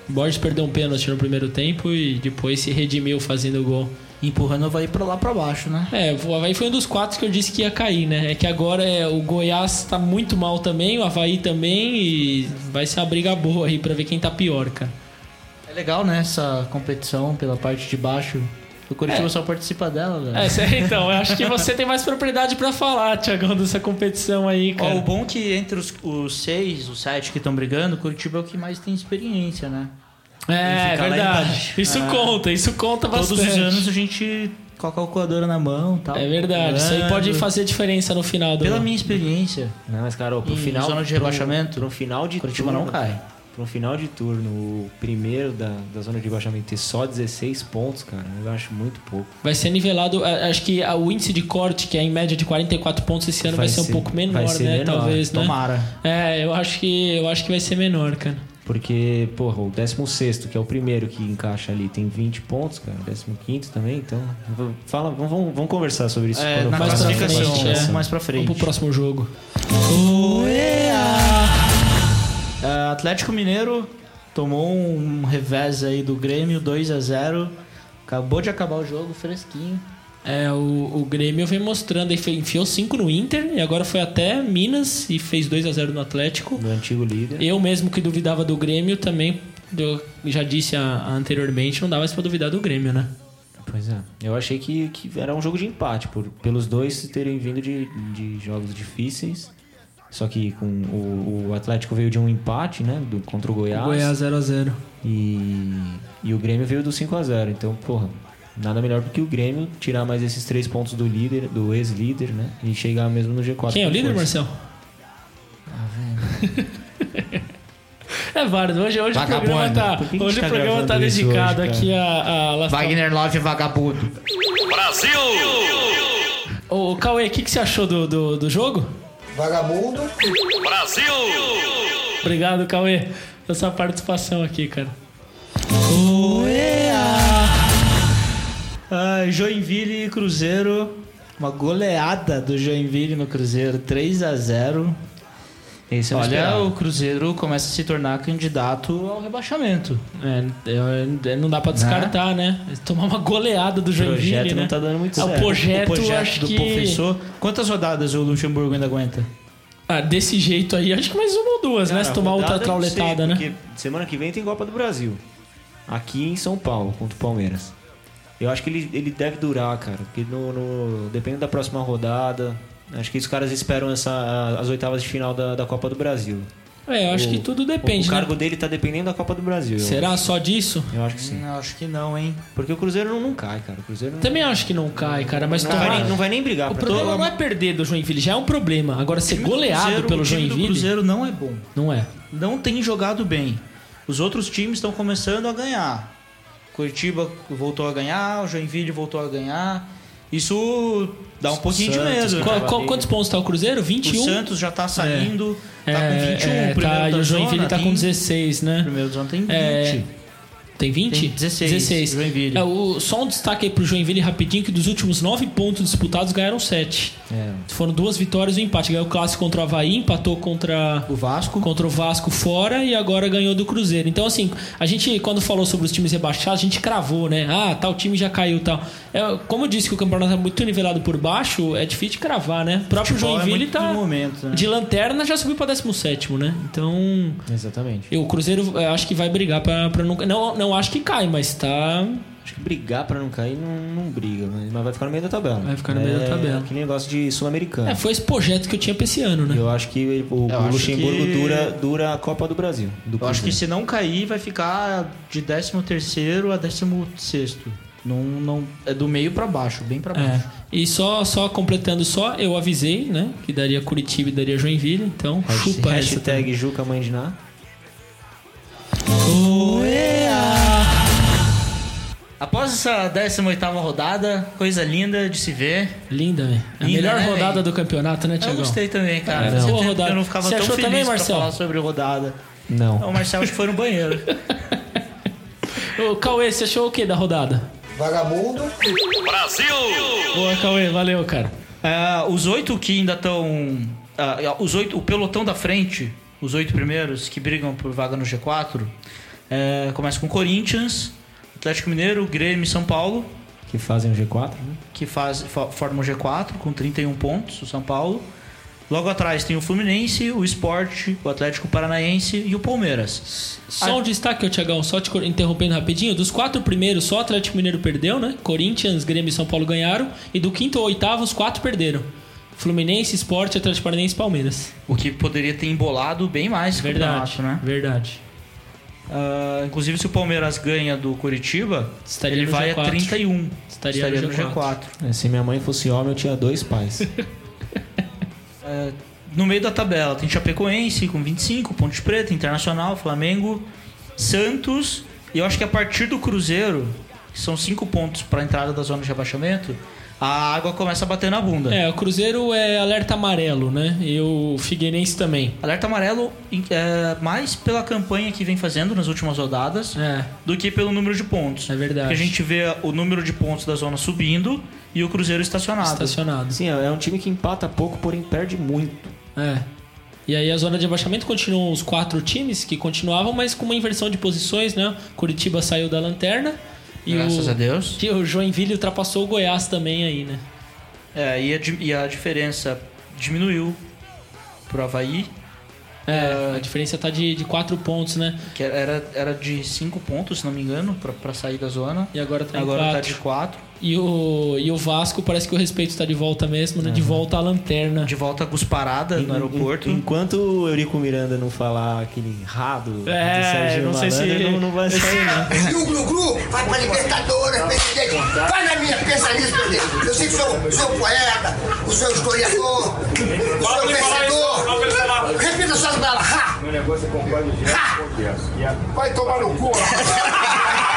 Speaker 3: Borges perdeu um pênalti no primeiro tempo e depois se redimiu fazendo o gol.
Speaker 1: Empurrando o Havaí pra lá pra baixo, né?
Speaker 3: É, o Havaí foi um dos quatro que eu disse que ia cair, né? É que agora é, o Goiás tá muito mal também, o Havaí também, e vai ser uma briga boa aí pra ver quem tá pior, cara.
Speaker 1: É legal, né? Essa competição pela parte de baixo. O Curitiba só participa dela, velho.
Speaker 3: É, cê- então, eu acho que você tem mais propriedade pra falar, Tiagão, dessa competição aí,
Speaker 1: Ó, o
Speaker 3: cara.
Speaker 1: bom é que entre os, os seis, os sete que estão brigando, o Curitiba é o que mais tem experiência, né?
Speaker 3: é,
Speaker 1: fica lá
Speaker 3: verdade.
Speaker 1: embaixo.
Speaker 3: Isso
Speaker 1: Ah.
Speaker 3: conta, isso conta Tá bastante.
Speaker 1: Todos os anos a gente com a calculadora na mão e tal.
Speaker 3: É verdade, isso aí
Speaker 1: Olhando.
Speaker 3: pode fazer Né? diferença no final do
Speaker 1: Pela minha experiência,
Speaker 2: Não, mas, cara, ó, pro
Speaker 1: Em
Speaker 2: final.
Speaker 1: zona de
Speaker 2: pro-
Speaker 1: rebaixamento,
Speaker 2: Pro final de
Speaker 1: o Curitiba
Speaker 2: turno,
Speaker 1: não cai.
Speaker 2: Para um final de turno, o primeiro da, da zona de rebaixamento ter só 16 pontos, cara, eu acho muito pouco.
Speaker 3: Vai ser nivelado, a- acho que a- o índice de corte, que é em média de 44 pontos esse ano, vai,
Speaker 2: Vai
Speaker 3: ser, um
Speaker 2: ser-
Speaker 3: pouco menor,
Speaker 2: vai ser
Speaker 3: né?
Speaker 2: menor,
Speaker 3: Talvez, né?
Speaker 1: tomara.
Speaker 3: É, eu acho que eu acho que vai ser menor, cara.
Speaker 2: Porque, porra, o 16, que é o primeiro que encaixa ali, tem 20 pontos, cara. 15 também, então. v- Fala, vamos, vamos- vamos conversar sobre isso.
Speaker 1: É,
Speaker 2: quando
Speaker 1: na
Speaker 2: falar
Speaker 3: pra
Speaker 2: sobre
Speaker 1: classificação,
Speaker 2: isso.
Speaker 3: frente, é.
Speaker 1: mais pra
Speaker 3: Vamos
Speaker 1: frente.
Speaker 3: pro próximo jogo.
Speaker 1: Ah, Atlético Mineiro tomou um revés aí do Grêmio, 2 a 0 Acabou de acabar o jogo, fresquinho.
Speaker 3: É, o, o Grêmio vem mostrando, aí fe- enfiou 5 no Inter e agora foi até Minas e fez 2 a 0 no Atlético.
Speaker 2: Do antigo líder.
Speaker 3: Eu mesmo que duvidava do Grêmio também, eu já disse a- anteriormente, não dá mais pra duvidar do Grêmio, né?
Speaker 2: Pois é. Eu achei que, que era um jogo de empate, por, pelos dois terem vindo de, de jogos difíceis. Só que com o, o Atlético veio de um empate, né? Do, contra o Goiás.
Speaker 4: Goiás 0x0.
Speaker 2: E, e o Grêmio veio do 5 a 0 Então, porra, nada melhor do que o Grêmio tirar mais esses três pontos do líder, do ex-líder, né? E chegar mesmo no G4.
Speaker 3: Quem é o
Speaker 2: com
Speaker 3: líder,
Speaker 2: força.
Speaker 3: Marcel? É válido. Hoje, hoje o
Speaker 1: Vagabundo.
Speaker 3: programa tá,
Speaker 2: Por que que
Speaker 3: hoje
Speaker 2: tá
Speaker 3: o programa tá
Speaker 2: gravando isso
Speaker 3: dedicado
Speaker 2: hoje, cara?
Speaker 3: aqui a, a Las
Speaker 1: Wagner Love vagabundo.
Speaker 3: Ô, ô, Cauê, o que, que você achou do, do, do jogo?
Speaker 5: Vagabundo.
Speaker 3: Obrigado, Cauê, pela sua participação aqui, cara.
Speaker 1: Ah, Joinville e Cruzeiro. Uma goleada do Joinville no Cruzeiro, 3 a 0
Speaker 2: Esse eu não
Speaker 1: Olha,
Speaker 2: esperava.
Speaker 1: o Cruzeiro começa a se tornar candidato ao rebaixamento.
Speaker 3: É, é, é, não dá pra descartar, né? Tomar uma goleada do
Speaker 2: O
Speaker 3: Joinville,
Speaker 2: projeto
Speaker 3: né?
Speaker 2: não tá dando muito
Speaker 3: Ah,
Speaker 2: certo.
Speaker 3: o projeto,
Speaker 1: É, o projeto
Speaker 3: acho
Speaker 1: do
Speaker 3: que...
Speaker 1: professor. Quantas rodadas o Luxemburgo ainda aguenta?
Speaker 3: Ah, desse jeito aí, acho que mais uma ou duas, né? Se
Speaker 2: Cara,
Speaker 3: tomar outra
Speaker 2: rodada é eu não sei,
Speaker 3: trauletada, né?
Speaker 2: porque Semana que vem tem Copa do Brasil. Aqui em São Paulo, contra o Palmeiras. Eu acho que ele, ele deve durar, cara. Porque no, no- depende da próxima rodada. Acho que os caras esperam essa, as oitavas de final da, da Copa do Brasil.
Speaker 3: É, eu acho
Speaker 2: O-
Speaker 3: que tudo depende,
Speaker 2: O
Speaker 3: né?
Speaker 2: cargo dele tá dependendo da Copa do Brasil. eu
Speaker 3: Será só disso?
Speaker 2: acho. Eu acho que sim.
Speaker 1: Hum, acho que não, hein?
Speaker 2: Porque o Cruzeiro não, não cai, cara. O Cruzeiro não,
Speaker 3: Também acho que não cai, cara, mas
Speaker 2: não,
Speaker 3: tomar...
Speaker 2: vai, nem, não vai nem brigar.
Speaker 3: O
Speaker 2: pra-
Speaker 3: problema
Speaker 2: Tô-
Speaker 3: não é perder do Joinville, já é um problema. Agora, ser goleado
Speaker 1: Cruzeiro-
Speaker 3: pelo
Speaker 1: o time
Speaker 3: Joinville,
Speaker 1: do Cruzeiro não é bom.
Speaker 3: não é.
Speaker 1: Não tem jogado bem. Os outros times estão começando a ganhar. Curitiba voltou a ganhar, o Joinville voltou a ganhar. Isso dá um pouquinho de
Speaker 2: Santos,
Speaker 1: medo.
Speaker 3: Qual-
Speaker 1: né?
Speaker 3: qual- quantos pontos tá o Cruzeiro?
Speaker 1: O
Speaker 3: 21?
Speaker 1: Santos já tá saindo, tá com 21,
Speaker 3: é,
Speaker 1: o primeiro
Speaker 3: tá,
Speaker 1: da
Speaker 3: e o
Speaker 1: zona
Speaker 3: Joinville tá
Speaker 1: tem-
Speaker 3: com 16,
Speaker 1: O
Speaker 3: né?
Speaker 1: primeiro da zona tem 20.
Speaker 3: É, Tem 20?
Speaker 1: Tem 16, Joinville.
Speaker 3: É, o, só um destaque aí pro Joinville rapidinho, que dos últimos 9 pontos disputados, ganharam 7.
Speaker 2: É.
Speaker 3: Foram duas vitórias e um empate. Ganhou o clássico contra o Havaí, empatou contra...
Speaker 1: O Vasco.
Speaker 3: Contra o Vasco fora e agora ganhou do Cruzeiro. Então, assim, a gente, quando falou sobre os times rebaixados, a gente cravou, né? Ah, tal time já caiu tal. É, como eu disse que o campeonato é muito nivelado por baixo, é difícil de cravar, né? O próprio
Speaker 1: Futebol é
Speaker 3: Joinville
Speaker 1: muito
Speaker 3: tá.
Speaker 1: do momento, né?
Speaker 3: De lanterna já subiu pra 17, né? Então.
Speaker 2: Exatamente.
Speaker 3: Eu, o Cruzeiro é, acho que vai brigar pra, pra não. Não, não acho que cai, mas tá.
Speaker 2: Acho que brigar pra não cair não, não briga, mas, mas vai ficar no meio da tabela. É
Speaker 4: Vai ficar no meio da tabela.
Speaker 2: Que negócio de sul-americano.
Speaker 3: É, foi esse projeto que eu tinha pra esse ano, né?
Speaker 2: Eu acho que ele- o,
Speaker 1: Eu
Speaker 2: o
Speaker 1: acho
Speaker 2: Luxemburgo
Speaker 1: que-
Speaker 2: dura, dura a Copa do Brasil. Do
Speaker 1: Eu acho que
Speaker 2: Cruzeiro.
Speaker 1: se não cair, vai ficar de 13º a 16º. Não, não, é do meio pra baixo, bem pra
Speaker 3: É.
Speaker 1: baixo.
Speaker 3: E só, só completando só, eu avisei, né? Que daria Curitiba e daria Joinville. Então, chupa essa.
Speaker 2: Hashtag Juca Mandiná.
Speaker 1: Após essa 18ª rodada, coisa linda de se ver.
Speaker 3: Linda, velho. A
Speaker 1: Linda,
Speaker 3: melhor
Speaker 1: né,
Speaker 3: rodada
Speaker 1: véi?
Speaker 3: do campeonato, né,
Speaker 1: Eu
Speaker 3: Tiagão?
Speaker 1: gostei também, cara.
Speaker 3: É,
Speaker 1: Fazia
Speaker 3: boa
Speaker 1: tempo que
Speaker 3: rodada.
Speaker 1: Eu não ficava
Speaker 3: Você
Speaker 1: tão
Speaker 3: achou
Speaker 1: feliz
Speaker 3: também,
Speaker 1: pra
Speaker 3: Marcel?
Speaker 1: falar sobre rodada.
Speaker 2: Não.
Speaker 1: O Marcel acho que foi no banheiro.
Speaker 3: Ô, Cauê, você achou o que da rodada?
Speaker 5: Vagabundo.
Speaker 3: Boa, Cauê, valeu, cara.
Speaker 1: Ah, os oito que ainda estão. ah, os oito, o pelotão da frente, os oito primeiros que brigam por vaga no G4, eh, começa com Corinthians, Atlético Mineiro, Grêmio e São Paulo,
Speaker 2: Que fazem o G4, né?
Speaker 1: que faz, fo- formam o G4 com 31 pontos, o São Paulo. Logo atrás tem o Fluminense, o Sport, o Atlético Paranaense e o Palmeiras.
Speaker 3: Só um destaque, ô, Tiagão, só te cor- interrompendo rapidinho. Dos quatro primeiros, só o Atlético Mineiro perdeu, né? Corinthians, Grêmio e São Paulo ganharam. E do quinto ao oitavo, os quatro perderam. Fluminense, Sport, Atlético Paranaense e Palmeiras.
Speaker 1: O que poderia ter embolado bem mais esse
Speaker 3: Verdade,
Speaker 1: campeonato, Tipo né?
Speaker 3: Verdade.
Speaker 1: Ah, inclusive, se o Palmeiras ganha do Curitiba,
Speaker 3: Estaria
Speaker 1: ele
Speaker 3: no
Speaker 1: vai
Speaker 3: G4.
Speaker 1: a 31.
Speaker 3: Estaria no G4.
Speaker 2: É, Se minha mãe fosse homem, eu tinha dois pais.
Speaker 1: É, no meio da tabela tem Chapecoense com 25, Ponte Preta, Internacional, Flamengo, Santos. E eu acho que a partir do Cruzeiro, que são 5 pontos para entrada da zona de rebaixamento, a água começa a bater na bunda.
Speaker 3: É, o Cruzeiro é alerta amarelo, né? E o Figueirense também.
Speaker 1: Alerta amarelo é, mais pela campanha que vem fazendo nas últimas rodadas
Speaker 3: É,
Speaker 1: do que pelo número de pontos.
Speaker 3: é verdade.
Speaker 1: Porque a gente vê o número de pontos da zona subindo e o Cruzeiro estacionado.
Speaker 3: Estacionado.
Speaker 2: Assim, é é um time que empata pouco, porém perde muito.
Speaker 3: É. E aí a zona de abaixamento continuam os quatro times que continuavam, mas com uma inversão de posições, né? Curitiba saiu da lanterna e
Speaker 1: Graças
Speaker 3: o,
Speaker 1: a Deus.
Speaker 3: e o Joinville ultrapassou o Goiás também aí, né?
Speaker 1: É, e a, di- e a diferença diminuiu pro Havaí,
Speaker 3: É, a diferença tá de, de quatro pontos, né?
Speaker 1: Que era, era de 5 pontos, se não me engano, pra, pra sair da zona.
Speaker 3: E agora tá em
Speaker 1: Agora tá
Speaker 3: quatro.
Speaker 1: de 4.
Speaker 3: E, o, e o Vasco parece que o respeito tá de volta mesmo, né? De volta à lanterna.
Speaker 1: De volta a Gusparada no aeroporto.
Speaker 2: En- Enquanto o Eurico Miranda não falar aquele rado
Speaker 3: É,
Speaker 2: do Sérgio
Speaker 3: não sei se-
Speaker 2: Malandro, não, não vai sair, né? não.
Speaker 5: E o Glu Glu vai pra Libertadores,
Speaker 4: Tá.
Speaker 5: presidente. Vai na minha, pensa nisso, presidente. Eu sei que o senhor- o senhor é um poeta, o senhor é um historiador, o senhor é um vencedor. Repita suas palavras. Ha!
Speaker 4: Meu negócio é comprar o dinheiro
Speaker 5: Ha!
Speaker 4: é-
Speaker 5: Vai tomar no cu, rapaz.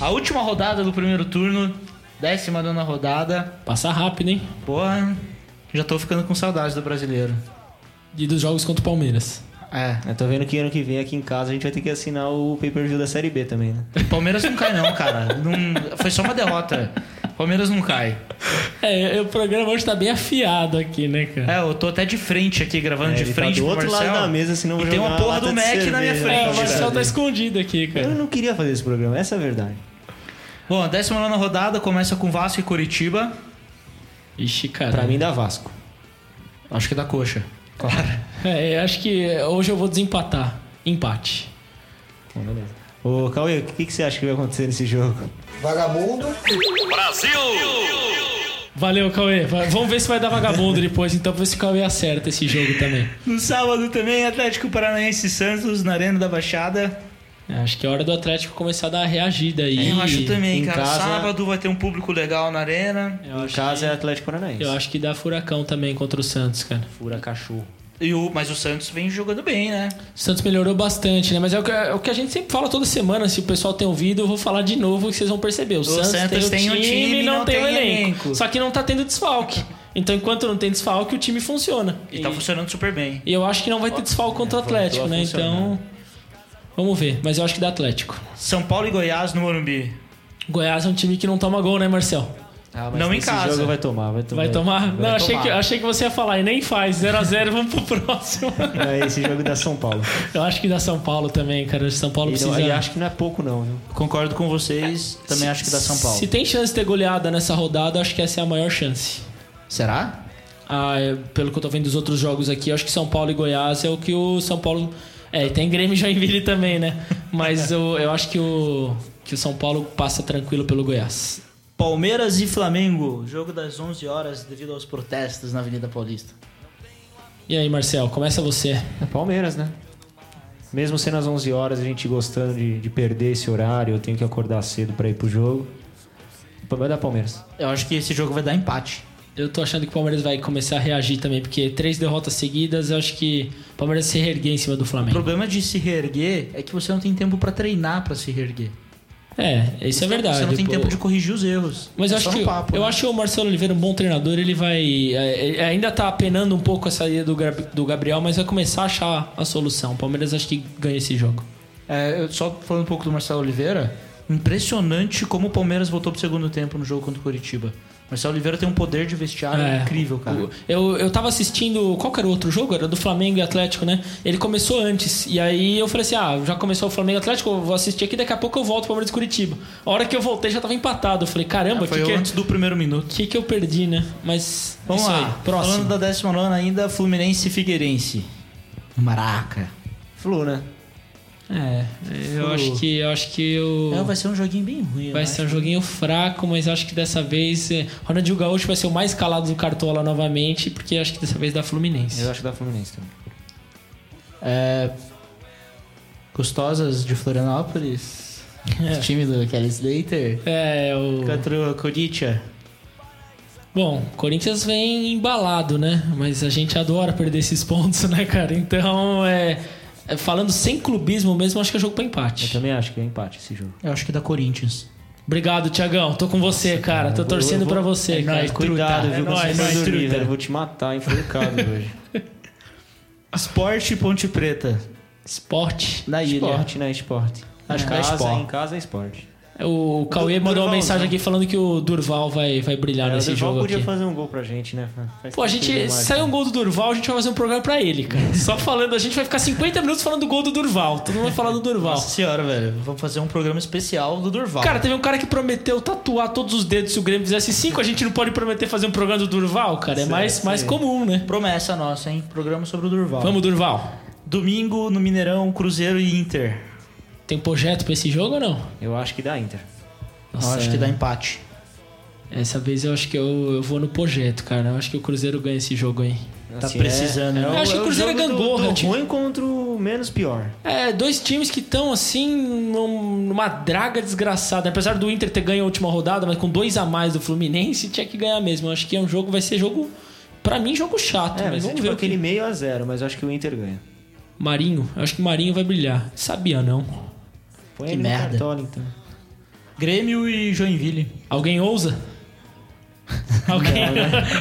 Speaker 1: A última rodada do primeiro turno, décima nona rodada.
Speaker 3: Passa rápido, hein?
Speaker 1: Porra, já tô ficando com saudade do brasileiro.
Speaker 3: E dos jogos contra o Palmeiras.
Speaker 1: É.
Speaker 2: Eu tô vendo que ano que vem aqui em casa a gente vai ter que assinar o pay-per-view da Série B também, né?
Speaker 1: O Palmeiras não cai, não, cara. Não- foi só uma derrota. O Palmeiras não cai.
Speaker 3: É, o programa hoje tá bem afiado aqui, né, cara?
Speaker 1: É, eu tô até de frente aqui, gravando
Speaker 2: É,
Speaker 1: de
Speaker 2: ele tá
Speaker 1: frente
Speaker 2: do
Speaker 1: pro
Speaker 2: outro lado
Speaker 1: Marcel.
Speaker 2: da mesa, senão eu
Speaker 1: E
Speaker 2: vou
Speaker 1: tem uma
Speaker 2: jogar uma
Speaker 1: porra do
Speaker 2: lata de
Speaker 1: Mac na minha
Speaker 2: cerveja né? na
Speaker 1: frente.
Speaker 3: É, o Marcel
Speaker 1: cara.
Speaker 3: tá escondido aqui,
Speaker 1: É.
Speaker 3: cara.
Speaker 2: Eu não queria fazer esse programa, essa é a verdade.
Speaker 1: Bom, a 19 rodada começa com Vasco e Curitiba.
Speaker 3: Ixi, cara.
Speaker 1: É.
Speaker 2: Pra mim dá Vasco.
Speaker 1: Acho que é da coxa. Claro.
Speaker 3: É, eu acho que hoje eu vou desempatar. Empate.
Speaker 1: É
Speaker 2: Bom, beleza. Ô, Cauê, o que, que você acha que vai acontecer nesse jogo?
Speaker 5: Vagabundo.
Speaker 3: Valeu, Cauê. Va- Vamos ver se vai dar vagabundo depois, então, pra ver se o Cauê acerta esse jogo também.
Speaker 1: No sábado também, Atlético Paranaense e Santos na Arena da Baixada.
Speaker 3: É, acho que é hora do Atlético começar a dar uma reagida aí.
Speaker 1: É, Eu acho também,
Speaker 2: em
Speaker 1: cara.
Speaker 2: casa-
Speaker 1: Sábado vai ter um público legal na Arena.
Speaker 3: Eu
Speaker 2: em
Speaker 3: acho
Speaker 2: casa
Speaker 3: que-
Speaker 2: é Atlético Paranaense.
Speaker 3: Eu acho que dá furacão também contra o Santos, cara.
Speaker 2: Fura cachorro.
Speaker 1: E o, mas o Santos vem jogando bem, né?
Speaker 3: O Santos melhorou bastante, né? Mas é o que, é o que a gente sempre fala toda semana. Se o pessoal tem ouvido, eu vou falar de novo que vocês vão perceber. O, Santos,
Speaker 1: Santos
Speaker 3: tem, o time e não, tem, o elenco. Só que não tá tendo desfalque. Então, enquanto não tem desfalque, o time funciona.
Speaker 1: E tá funcionando super bem.
Speaker 3: E eu acho que não vai ter desfalque contra o Atlético, né? Então. Vamos ver, mas eu acho que dá Atlético.
Speaker 1: São Paulo e Goiás no Morumbi.
Speaker 3: Goiás é um time que não toma gol, né, Marcel?
Speaker 1: Não em
Speaker 2: Ah, esse
Speaker 1: casa.
Speaker 2: jogo vai tomar, vai tomar.
Speaker 3: Vai tomar? não, achei,
Speaker 1: tomar.
Speaker 3: Que, achei que você ia falar, e nem faz. 0x0, vamos pro próximo.
Speaker 2: É esse jogo da São Paulo.
Speaker 3: eu acho que dá São Paulo também, cara. São Paulo
Speaker 2: E, não,
Speaker 3: precisa.
Speaker 2: e acho que não é pouco, não. viu?
Speaker 1: Concordo com vocês. Também acho que dá São Paulo.
Speaker 3: Se tem chance de ter goleada nessa rodada, acho que essa é a maior chance.
Speaker 1: Será?
Speaker 3: Ah, é- pelo que eu tô vendo dos outros jogos aqui, eu acho que São Paulo e Goiás é o que o São Paulo. É, e tem Grêmio e Joinville também, né? Mas eu, eu acho que o, que o São Paulo passa tranquilo pelo Goiás.
Speaker 1: Palmeiras e Flamengo. Jogo das 11 horas devido aos protestos na Avenida Paulista.
Speaker 3: E aí, Marcel, começa você.
Speaker 2: É Palmeiras, né? Mesmo sendo às 11 horas, a gente gostando de, de perder esse horário, eu tenho que acordar cedo pra ir pro jogo. Vai dar Palmeiras.
Speaker 1: Eu acho que esse jogo vai dar empate.
Speaker 3: Eu tô achando que o Palmeiras vai começar a reagir também, porque três derrotas seguidas, eu acho que o Palmeiras se reerguer em cima do
Speaker 1: O
Speaker 3: Flamengo.
Speaker 1: problema de se reerguer é que você não tem tempo pra treinar pra se reerguer.
Speaker 3: É, isso é verdade.
Speaker 1: Você não tem
Speaker 3: Pô,
Speaker 1: tempo de corrigir os erros.
Speaker 3: Mas
Speaker 1: é
Speaker 3: eu acho
Speaker 1: só no
Speaker 3: que
Speaker 1: papo,
Speaker 3: eu
Speaker 1: né?
Speaker 3: acho o Marcelo Oliveira um bom treinador. Ele vai é, é, ainda tá penando um pouco a saída do, Gab- do Gabriel, mas vai começar a achar a solução. O Palmeiras acho que ganha esse jogo.
Speaker 1: É, eu- só falando um pouco do Marcelo Oliveira, impressionante como o Palmeiras voltou pro segundo tempo no jogo contra o Curitiba. Marcelo Oliveira tem um poder de vestiário
Speaker 3: É.
Speaker 1: incrível, cara.
Speaker 3: O- Eu, eu tava assistindo. Qual que era o outro jogo? Era do Flamengo e Atlético, né? Ele começou antes. E aí eu falei assim: ah, já começou o Flamengo e Atlético, eu vou assistir aqui, daqui a pouco eu volto pro Palmeiras e Curitiba. A hora que eu voltei já tava empatado. Eu falei: caramba, o
Speaker 1: Ah, Foi
Speaker 3: que, que, eu-
Speaker 1: antes do primeiro minuto.
Speaker 3: que, que eu perdi, né? Mas.
Speaker 1: Vamos
Speaker 3: isso
Speaker 1: lá,
Speaker 3: aí, próximo.
Speaker 1: falando da 19 ainda, Fluminense e Figueirense. Maraca.
Speaker 2: Flu, né?
Speaker 3: É, eu acho que. Eu acho que eu...
Speaker 1: É, vai ser um joguinho bem ruim. eu
Speaker 3: Vai
Speaker 1: acho.
Speaker 3: ser um joguinho fraco, mas acho que dessa vez. eh, Ronaldinho Gaúcho vai ser o mais calado do Cartola novamente, porque acho que dessa vez dá Fluminense.
Speaker 2: Eu acho que dá Fluminense também.
Speaker 1: É, Gostosas de Florianópolis.
Speaker 3: É.
Speaker 1: O time do Kelly Slater.
Speaker 3: É, o.
Speaker 1: Contra o Corinthians.
Speaker 3: Bom, Corinthians vem embalado, né? Mas a gente adora perder esses pontos, né, cara? Então, é. é, Falando sem clubismo mesmo, acho que é jogo pra
Speaker 2: Eu
Speaker 3: empate.
Speaker 2: também acho que é empate esse jogo.
Speaker 1: Eu acho que da Corinthians.
Speaker 3: Obrigado, Tiagão. Tô com você, cara. Tô torcendo pra você, cara.
Speaker 2: Cuidado,
Speaker 3: É
Speaker 2: viu? quando
Speaker 3: nóis,
Speaker 2: você for
Speaker 3: nóis,
Speaker 2: dormir,
Speaker 3: truta.
Speaker 2: velho. Eu Vou te matar enforcado hoje.
Speaker 1: Esporte e Ponte Preta.
Speaker 3: Esporte.
Speaker 1: Na ilha.
Speaker 2: Esporte, né? Esporte.
Speaker 1: Acho
Speaker 2: Em
Speaker 1: que é
Speaker 2: casa,
Speaker 1: esporte.
Speaker 2: Em casa é esporte.
Speaker 3: O Cauê mandou uma
Speaker 2: Durvalzão.
Speaker 3: mensagem aqui falando que o Durval vai, vai brilhar
Speaker 2: É, o
Speaker 3: nesse
Speaker 2: Durval
Speaker 3: jogo
Speaker 2: podia
Speaker 3: aqui.
Speaker 2: fazer um gol pra gente, né? Faz
Speaker 3: Pô, a
Speaker 2: tempo que ele
Speaker 3: gente.
Speaker 2: não marca.
Speaker 3: Sai um gol do Durval, a gente vai fazer um programa pra ele, cara. Só falando, a gente vai ficar 50 minutos falando do gol do Durval. Todo mundo vai falar do Durval.
Speaker 1: Nossa senhora, velho. Vamos fazer um programa especial do Durval.
Speaker 3: Cara, teve um cara que prometeu tatuar todos os dedos se o Grêmio fizesse cinco. A gente não pode prometer fazer um programa do Durval, cara. É mais, mais comum, né?
Speaker 1: promessa nossa, hein? Programa sobre o Durval.
Speaker 3: Vamos, Durval.
Speaker 1: Domingo no Mineirão, Cruzeiro e Inter.
Speaker 3: Tem projeto pra esse jogo ou não?
Speaker 2: Eu acho que dá Inter.
Speaker 1: Eu acho que dá empate.
Speaker 3: Essa vez eu acho que eu, eu vou no projeto, cara. Eu acho que o Cruzeiro ganha esse jogo aí.
Speaker 1: Tá
Speaker 2: Assim, é-
Speaker 1: precisando, né?
Speaker 3: Eu acho que o Cruzeiro
Speaker 2: jogo
Speaker 3: é
Speaker 2: do-
Speaker 3: gangorra,
Speaker 2: do
Speaker 3: tipo.
Speaker 2: ruim contra o menos pior.
Speaker 3: É, dois times que estão assim num- numa draga desgraçada. Apesar do Inter ter ganho a última rodada, mas com dois a mais do Fluminense, tinha que ganhar mesmo. Eu acho que é um jogo, vai ser jogo. Pra mim, jogo chato, Ah, mas
Speaker 2: É, mas é
Speaker 3: vamos
Speaker 2: tipo
Speaker 3: ver o
Speaker 2: aquele
Speaker 3: que.
Speaker 2: meio a zero, mas eu acho que o Inter ganha.
Speaker 3: Marinho, eu acho que o Marinho vai brilhar. Sabia não.
Speaker 2: Põe
Speaker 1: Que
Speaker 2: ele no
Speaker 1: merda.
Speaker 2: Cartola, então.
Speaker 1: Grêmio e Joinville.
Speaker 3: Alguém ousa? Alguém,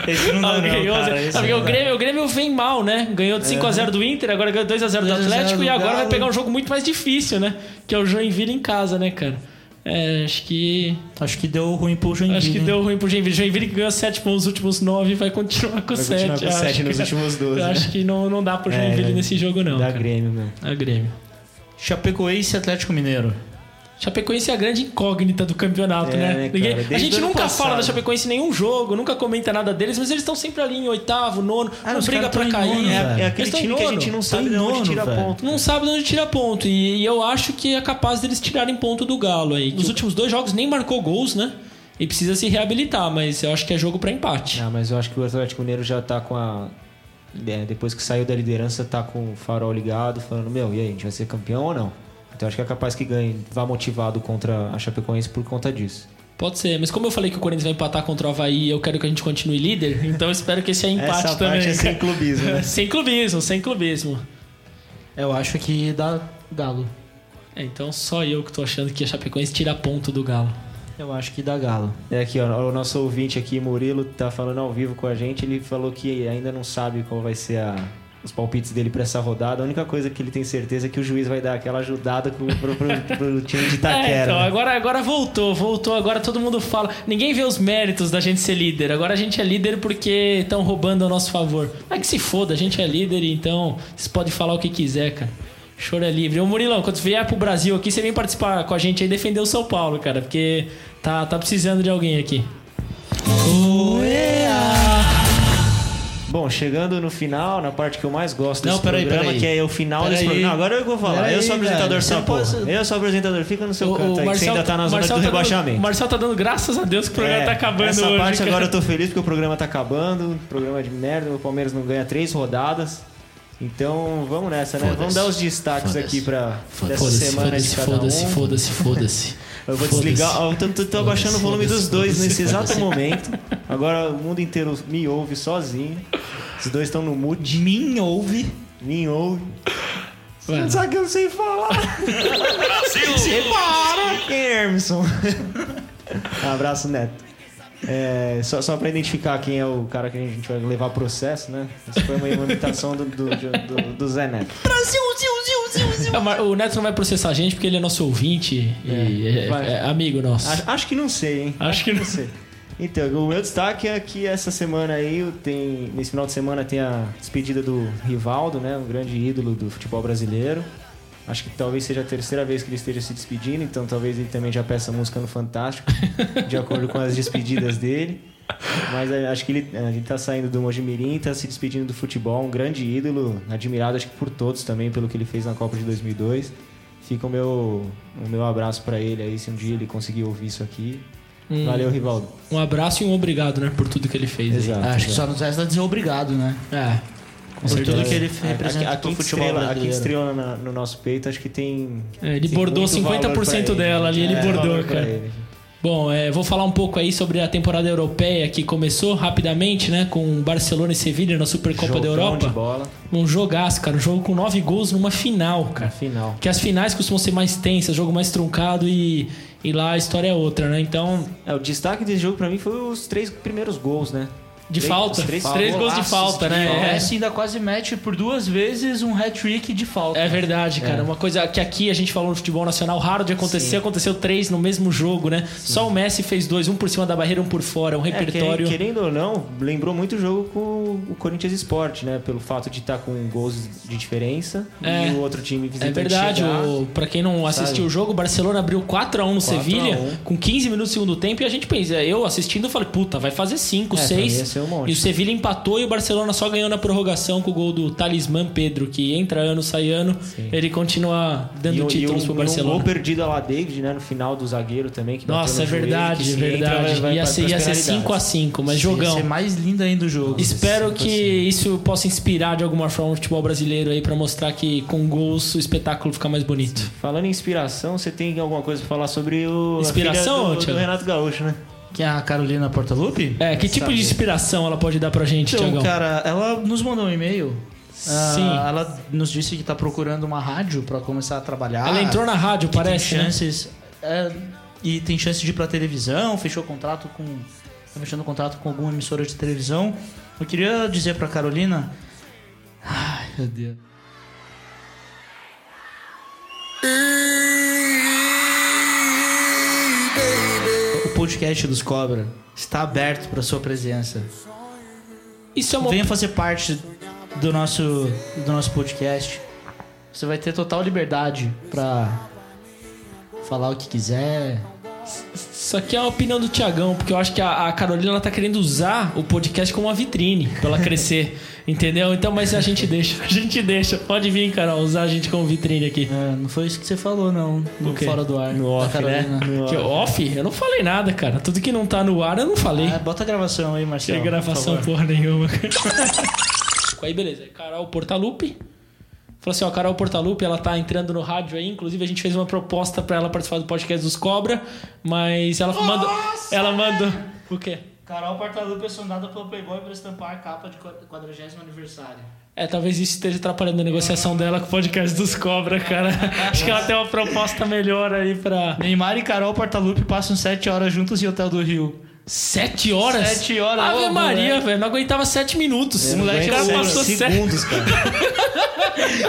Speaker 2: Esse não dá,
Speaker 3: alguém
Speaker 2: não,
Speaker 3: ousa?
Speaker 2: cara, esse
Speaker 3: Ah, porque
Speaker 2: não
Speaker 3: o
Speaker 2: dá. É.
Speaker 3: Grêmio, o Grêmio vem mal, né? Ganhou de 5x0 do Inter, agora ganhou 2x0 do
Speaker 1: 2 a 0
Speaker 3: Atlético
Speaker 1: do
Speaker 3: e agora vai
Speaker 1: Galo.
Speaker 3: pegar um jogo muito mais difícil, né? Que é o Joinville em casa, né, cara? É, acho que.
Speaker 1: Acho que deu ruim pro Joinville.
Speaker 3: Acho que
Speaker 2: Uhum.
Speaker 1: hein?
Speaker 3: deu ruim pro Joinville. Joinville que ganhou 7 pontos nos últimos 9 vai continuar com
Speaker 2: Vai continuar
Speaker 3: 7.
Speaker 2: com 7 nos últimos 12.
Speaker 3: Eu acho que não, não dá pro
Speaker 2: É,
Speaker 3: Joinville
Speaker 2: né?
Speaker 3: nesse jogo, não.
Speaker 2: dá
Speaker 3: cara.
Speaker 2: Grêmio, meu. É
Speaker 3: Dá Grêmio.
Speaker 1: Chapecoense e Atlético Mineiro.
Speaker 3: Chapecoense é a grande incógnita do campeonato,
Speaker 2: É,
Speaker 3: né?
Speaker 2: né,
Speaker 3: Ninguém-
Speaker 2: cara? Desde
Speaker 3: a
Speaker 2: o
Speaker 3: gente
Speaker 2: ano
Speaker 3: nunca
Speaker 2: passado.
Speaker 3: fala da Chapecoense em nenhum jogo, nunca comenta nada deles, mas eles estão sempre ali em oitavo, nono,
Speaker 2: Ah,
Speaker 3: não
Speaker 1: os
Speaker 3: briga
Speaker 1: caras
Speaker 3: pra
Speaker 1: tão em
Speaker 3: cair. né?
Speaker 1: nono, velho.
Speaker 2: É, é
Speaker 3: Eles
Speaker 2: aquele
Speaker 3: tão em
Speaker 2: time que a
Speaker 3: nono.
Speaker 2: gente não
Speaker 1: Tá
Speaker 2: sabe
Speaker 1: em
Speaker 2: de onde
Speaker 1: nono,
Speaker 2: tira
Speaker 1: velho.
Speaker 2: ponto.
Speaker 3: Não sabe de onde tirar ponto. E, e eu acho que é capaz deles tirarem ponto do Galo aí. Nos últimos dois jogos nem marcou gols, né? E precisa se reabilitar, mas eu acho que é jogo pra empate.
Speaker 2: Ah, mas eu acho que o Atlético Mineiro já tá com a. é, depois que saiu da liderança, tá com o farol ligado, falando: Meu, e aí, a gente vai ser campeão ou não? Então acho que é capaz que ganhe, vá motivado contra a Chapecoense por conta disso.
Speaker 3: Pode ser, mas como eu falei que o Corinthians vai empatar contra o Havaí e eu quero que a gente continue líder, então eu espero que esse é empate
Speaker 2: Essa
Speaker 3: também.
Speaker 2: parte é sem clubismo, né?
Speaker 3: sem clubismo, sem clubismo.
Speaker 1: Eu acho que dá Galo.
Speaker 3: É, então só eu que tô achando que a Chapecoense tira ponto do Galo.
Speaker 1: Eu acho que dá Galo.
Speaker 2: É aqui, ó, o nosso ouvinte aqui, Murilo, tá falando ao vivo com a gente. Ele falou que ainda não sabe qual vai ser a- os palpites dele pra essa rodada. A única coisa que ele tem certeza é que o juiz vai dar aquela ajudada pro, pro- pro- pro time de
Speaker 3: É,
Speaker 2: Itaquera.
Speaker 3: então,
Speaker 2: né?
Speaker 3: agora, agora voltou, voltou. Agora todo mundo fala. Ninguém vê os méritos da gente ser líder. Agora a gente é líder porque estão roubando ao nosso favor. Mas que se foda, a gente é líder, então vocês podem falar o que quiser, cara. Choro é livre. Ô Murilão, quando você vier pro Brasil aqui, você vem participar com a gente aí e defender o São Paulo, cara, porque tá, tá precisando de alguém aqui.
Speaker 2: Bom, chegando no final, na parte que eu mais gosto
Speaker 1: Não,
Speaker 2: desse
Speaker 1: peraí,
Speaker 2: programa,
Speaker 1: peraí.
Speaker 2: que é o final
Speaker 1: Peraí.
Speaker 2: desse programa. Não, agora eu vou falar.
Speaker 1: Peraí,
Speaker 2: eu sou apresentador,
Speaker 1: velho.
Speaker 2: essa
Speaker 1: Você pode-
Speaker 2: porra. Eu sou apresentador, fica no seu
Speaker 3: O- o
Speaker 2: canto aí, que você ainda tá na zona
Speaker 3: Marcel
Speaker 2: do
Speaker 3: dando-
Speaker 2: rebaixamento.
Speaker 3: Marcel tá dando graças a Deus que o programa
Speaker 2: É,
Speaker 3: tá acabando
Speaker 2: Essa
Speaker 3: hoje.
Speaker 2: parte
Speaker 3: cara.
Speaker 2: agora eu tô feliz porque o programa tá acabando. O programa é de merda, o Palmeiras não ganha três rodadas. Então vamos nessa, né? Vamos dar os destaques aqui pra dessa
Speaker 3: Foda-se,
Speaker 2: semana
Speaker 3: foda-se,
Speaker 2: de cada
Speaker 3: foda-se,
Speaker 2: um.
Speaker 3: foda-se, foda-se.
Speaker 2: Eu vou
Speaker 3: Foda-se.
Speaker 2: desligar. ó, Eu tô, tô- tô abaixando o volume dos
Speaker 3: foda-se,
Speaker 2: dois
Speaker 3: foda-se,
Speaker 2: nesse exato
Speaker 3: foda-se.
Speaker 2: momento. Agora o mundo inteiro me ouve sozinho. Os dois estão no mute.
Speaker 1: De mim ouve.
Speaker 2: Me ouve.
Speaker 3: Vai.
Speaker 2: Você sabe que eu não sei falar. Você para, é Emerson. Um abraço, Neto. É, só, só pra identificar quem é o cara que a gente vai levar processo, né? Essa foi uma imitação do, do, do- do Zé Neto.
Speaker 3: Ah, mas O Neto não vai processar a gente porque ele é nosso ouvinte e é,
Speaker 2: vai.
Speaker 3: é amigo nosso.
Speaker 2: Acho, acho que não sei, hein?
Speaker 3: Acho que não sei.
Speaker 2: sei. Então, o meu destaque é que essa semana aí tem. Nesse final de semana tem a despedida do Rivaldo, né? Um grande ídolo do futebol brasileiro. Acho que talvez seja a terceira vez que ele esteja se despedindo, então talvez ele também já peça música no Fantástico, de acordo com as despedidas dele. Mas é, acho que ele, é, ele tá saindo do Mojimirim, tá se despedindo do futebol, um grande ídolo, admirado acho que por todos também, pelo que ele fez na Copa de 2002. Fica o meu, o meu abraço pra ele aí, se um dia ele conseguir ouvir isso aqui. Valeu, Rivaldo.
Speaker 3: Um abraço e um obrigado, né, por tudo que ele fez. aí.
Speaker 2: Exato.
Speaker 1: acho que só nos resta dizer obrigado, né?
Speaker 3: É.
Speaker 1: Por tudo que ele
Speaker 2: A-
Speaker 1: representa
Speaker 2: a, a, quinta
Speaker 1: pro futebol
Speaker 2: estrela, a quinta
Speaker 1: brasileiro.
Speaker 2: estrela na- no nosso peito, acho que tem.
Speaker 3: É, ele
Speaker 2: tem
Speaker 3: bordou
Speaker 2: muito valor
Speaker 3: 50%
Speaker 2: pra ele.
Speaker 3: dela ali, ele
Speaker 2: É,
Speaker 3: bordou,
Speaker 2: valor pra
Speaker 3: cara.
Speaker 2: ele.
Speaker 3: Bom, é, vou falar um pouco aí sobre a temporada europeia que começou rapidamente, né, com Barcelona e Sevilha na Supercopa da
Speaker 2: Jogão
Speaker 3: Europa.
Speaker 2: de bola.
Speaker 3: Um jogaço, cara. Um jogo com nove gols numa final, cara.
Speaker 2: Final.
Speaker 3: Que as finais costumam ser mais tensas, jogo mais truncado e, e lá a história é outra, né? Então,
Speaker 2: É, o destaque desse jogo pra mim foi os três primeiros gols, né?
Speaker 3: De falta.
Speaker 2: os três
Speaker 3: Três, gols de
Speaker 2: golaços
Speaker 3: falta,
Speaker 1: E o
Speaker 3: né? É.
Speaker 1: Messi ainda quase mete por duas vezes um hat-trick de falta.
Speaker 3: É verdade, cara. Uma coisa que aqui a gente falou no futebol nacional, raro de acontecer, aconteceu três no mesmo jogo, né? Só o Messi fez dois, um por cima da barreira, um por fora, um
Speaker 2: É,
Speaker 3: repertório.
Speaker 2: querendo- querendo ou não, lembrou muito o jogo com o Corinthians Sport, né? Pelo fato de estar com gols de diferença
Speaker 3: É.
Speaker 2: e o outro time
Speaker 3: É
Speaker 2: visitante
Speaker 3: verdade,
Speaker 2: chegar.
Speaker 3: o, pra quem não assistiu o jogo, o Barcelona abriu 4x1 no
Speaker 2: um.
Speaker 3: Sevilha, com 15 minutos do segundo tempo, e a gente pensa, eu assistindo, eu falei, puta, vai fazer 5,
Speaker 2: É, pra mim ia
Speaker 3: 6.
Speaker 2: ser um monte.
Speaker 3: e o Sevilha empatou e o Barcelona só ganhou na prorrogação com o gol do Talismã Pedro, que entra ano, sai ano, ele continua
Speaker 2: E
Speaker 3: dando
Speaker 2: um-
Speaker 3: títulos
Speaker 2: e um,
Speaker 3: pro
Speaker 2: e um gol
Speaker 3: Barcelona.
Speaker 2: perdido a lá David, né? No final do zagueiro também. Que bateu
Speaker 3: Nossa,
Speaker 2: no
Speaker 3: é
Speaker 2: joelho,
Speaker 3: verdade,
Speaker 2: que
Speaker 3: é
Speaker 2: se entra,
Speaker 3: verdade. assim,
Speaker 2: vai- vai
Speaker 3: ia ser,
Speaker 2: pras
Speaker 3: ia ser
Speaker 2: penalidades.
Speaker 3: 5x5, mas
Speaker 1: Ia
Speaker 3: jogão.
Speaker 1: ser é mais lindo ainda o jogo. Tipo assim.
Speaker 3: Espero que isso possa inspirar de alguma forma o futebol brasileiro aí pra mostrar que com gols o espetáculo fica mais bonito.
Speaker 2: Falando em inspiração, você tem alguma coisa pra falar sobre o. a
Speaker 3: Inspiração,
Speaker 2: filha do,
Speaker 3: Thiago?
Speaker 2: do Renato Gaúcho, né?
Speaker 1: Que é a Carolina Portaluppi?
Speaker 3: É, que tipo de inspiração ela pode dar pra gente,
Speaker 1: Então,
Speaker 3: Tiagão?
Speaker 1: cara, ela nos mandou um e-mail. Ah,
Speaker 3: Sim.
Speaker 1: ela nos disse que tá procurando uma rádio pra começar a trabalhar.
Speaker 3: Ela entrou na rádio,
Speaker 1: ah, que
Speaker 3: parece,
Speaker 1: tem
Speaker 3: né?
Speaker 1: chances é, e tem chance de ir pra televisão, fechou contrato com tá fechando contrato com alguma emissora de televisão. Eu queria dizer pra Carolina, ai, meu Deus. O podcast dos Cobra está aberto pra sua presença.
Speaker 3: Isso é uma...
Speaker 1: Venha fazer parte do nosso do nosso podcast. Você vai ter total liberdade pra falar o que quiser,
Speaker 3: Isso aqui é uma opinião do Tiagão, porque eu acho que a, a Carolina ela tá querendo usar o podcast como uma vitrine pra ela crescer, entendeu? Então, mas a gente deixa, a gente deixa. Pode vir, Carol, usar a gente como vitrine aqui.
Speaker 1: É, não foi isso que você falou, não. No
Speaker 3: quê?
Speaker 1: Fora do Ar.
Speaker 2: No
Speaker 1: da
Speaker 2: off, né?
Speaker 1: Carolina.
Speaker 2: No
Speaker 3: Que
Speaker 2: off.
Speaker 3: off? Eu não falei nada, cara. Tudo que não tá no ar, eu não falei.
Speaker 1: Ah, bota a gravação aí, Marcelo.
Speaker 3: Tem gravação
Speaker 1: por favor.
Speaker 3: porra nenhuma. aí beleza, Carol Portalupe. Falou assim, ó, Carol Portalupe, ela tá entrando no rádio aí, inclusive a gente fez uma proposta pra ela participar do podcast dos Cobra, mas ela mandou ela mandou o quê?
Speaker 1: Carol Portalupe é sondada pelo Playboy pra estampar a capa de 40 aniversário.
Speaker 3: É, talvez isso esteja atrapalhando a negociação dela com o podcast dos Cobra, cara. Acho que ela tem uma proposta melhor aí pra
Speaker 1: Neymar e Carol Portalupe passam 7 horas juntos em Hotel do Rio.
Speaker 3: sete horas?
Speaker 1: Sete horas,
Speaker 3: Ave
Speaker 1: ô,
Speaker 3: Maria,
Speaker 1: moleque.
Speaker 3: velho. Não aguentava sete minutos. O moleque já
Speaker 2: Sete
Speaker 3: passou sete.
Speaker 2: segundos, cara.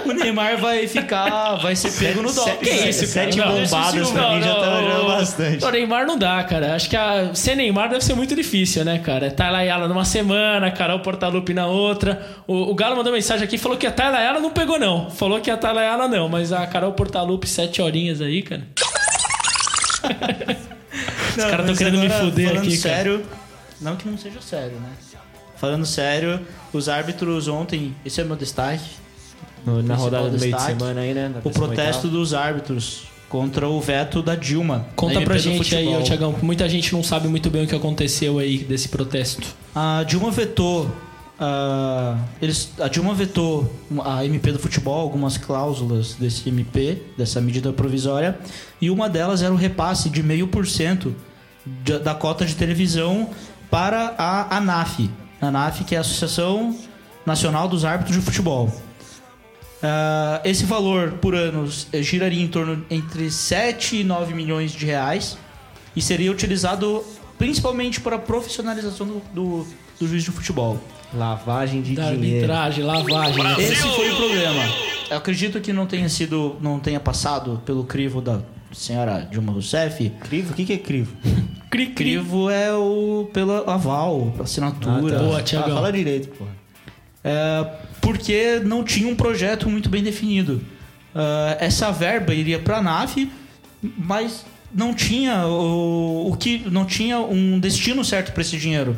Speaker 1: O Neymar vai ficar. vai ser pego no dó.
Speaker 3: Que é isso,
Speaker 2: Sete
Speaker 3: cara? Não,
Speaker 2: bombadas
Speaker 3: isso
Speaker 2: pra
Speaker 3: não,
Speaker 2: mim já
Speaker 3: não,
Speaker 2: tá já
Speaker 3: não.
Speaker 2: bastante.
Speaker 3: O Neymar não dá, cara. Acho que a... ser Neymar deve ser muito difícil, né, cara? Taylaiala numa semana, Carol Portalupe na outra. O, o Galo mandou mensagem aqui e falou que a Taylaiala não pegou, não. Falou que a Taylaiala não, mas a Carol Portalupe, sete horinhas aí, cara. Os caras tão
Speaker 1: mas
Speaker 3: querendo me fuder
Speaker 1: falando
Speaker 3: aqui, cara.
Speaker 1: sério, Não que não seja sério, né? Falando sério, os árbitros ontem. Esse é meu destaque.
Speaker 2: No- na rodada do meio de
Speaker 1: destaque,
Speaker 2: semana aí, né? na
Speaker 1: O
Speaker 2: 18ª.
Speaker 1: protesto dos árbitros contra o veto da Dilma.
Speaker 3: Conta
Speaker 1: na
Speaker 3: pra
Speaker 1: MP do
Speaker 3: gente aí,
Speaker 1: futebol.
Speaker 3: ô, Tiagão. Muita gente não sabe muito bem o que aconteceu aí desse protesto.
Speaker 1: A Dilma vetou. ah, eles, a Dilma vetou a MP do futebol, algumas cláusulas desse MP, dessa medida provisória, e uma delas era o repasse de 0,5% de- da cota de televisão para a ANAF. A ANAF, que é a Associação Nacional dos Árbitros de Futebol. Ah, esse valor por ano eh, giraria em torno entre 7 e 9 milhões de reais e seria utilizado principalmente para a profissionalização do, do, do juiz de futebol.
Speaker 2: Lavagem de
Speaker 3: Da
Speaker 2: dinheiro.
Speaker 3: arbitragem, lavagem. né?
Speaker 1: Esse foi o problema. Eu acredito que não tenha sido, não tenha passado pelo crivo da senhora Dilma Rousseff.
Speaker 2: Crivo? O que, que é crivo?
Speaker 3: Ah, Cri, cri.
Speaker 1: Crivo é o pelo aval, assinatura.
Speaker 3: tá. Boa, Um
Speaker 2: Ah,
Speaker 3: Tiagão.
Speaker 2: fala direito, porra.
Speaker 1: É, porque não tinha um projeto muito bem definido. É, essa verba iria para a NAF, mas não tinha o, o que não tinha um destino certo para esse dinheiro.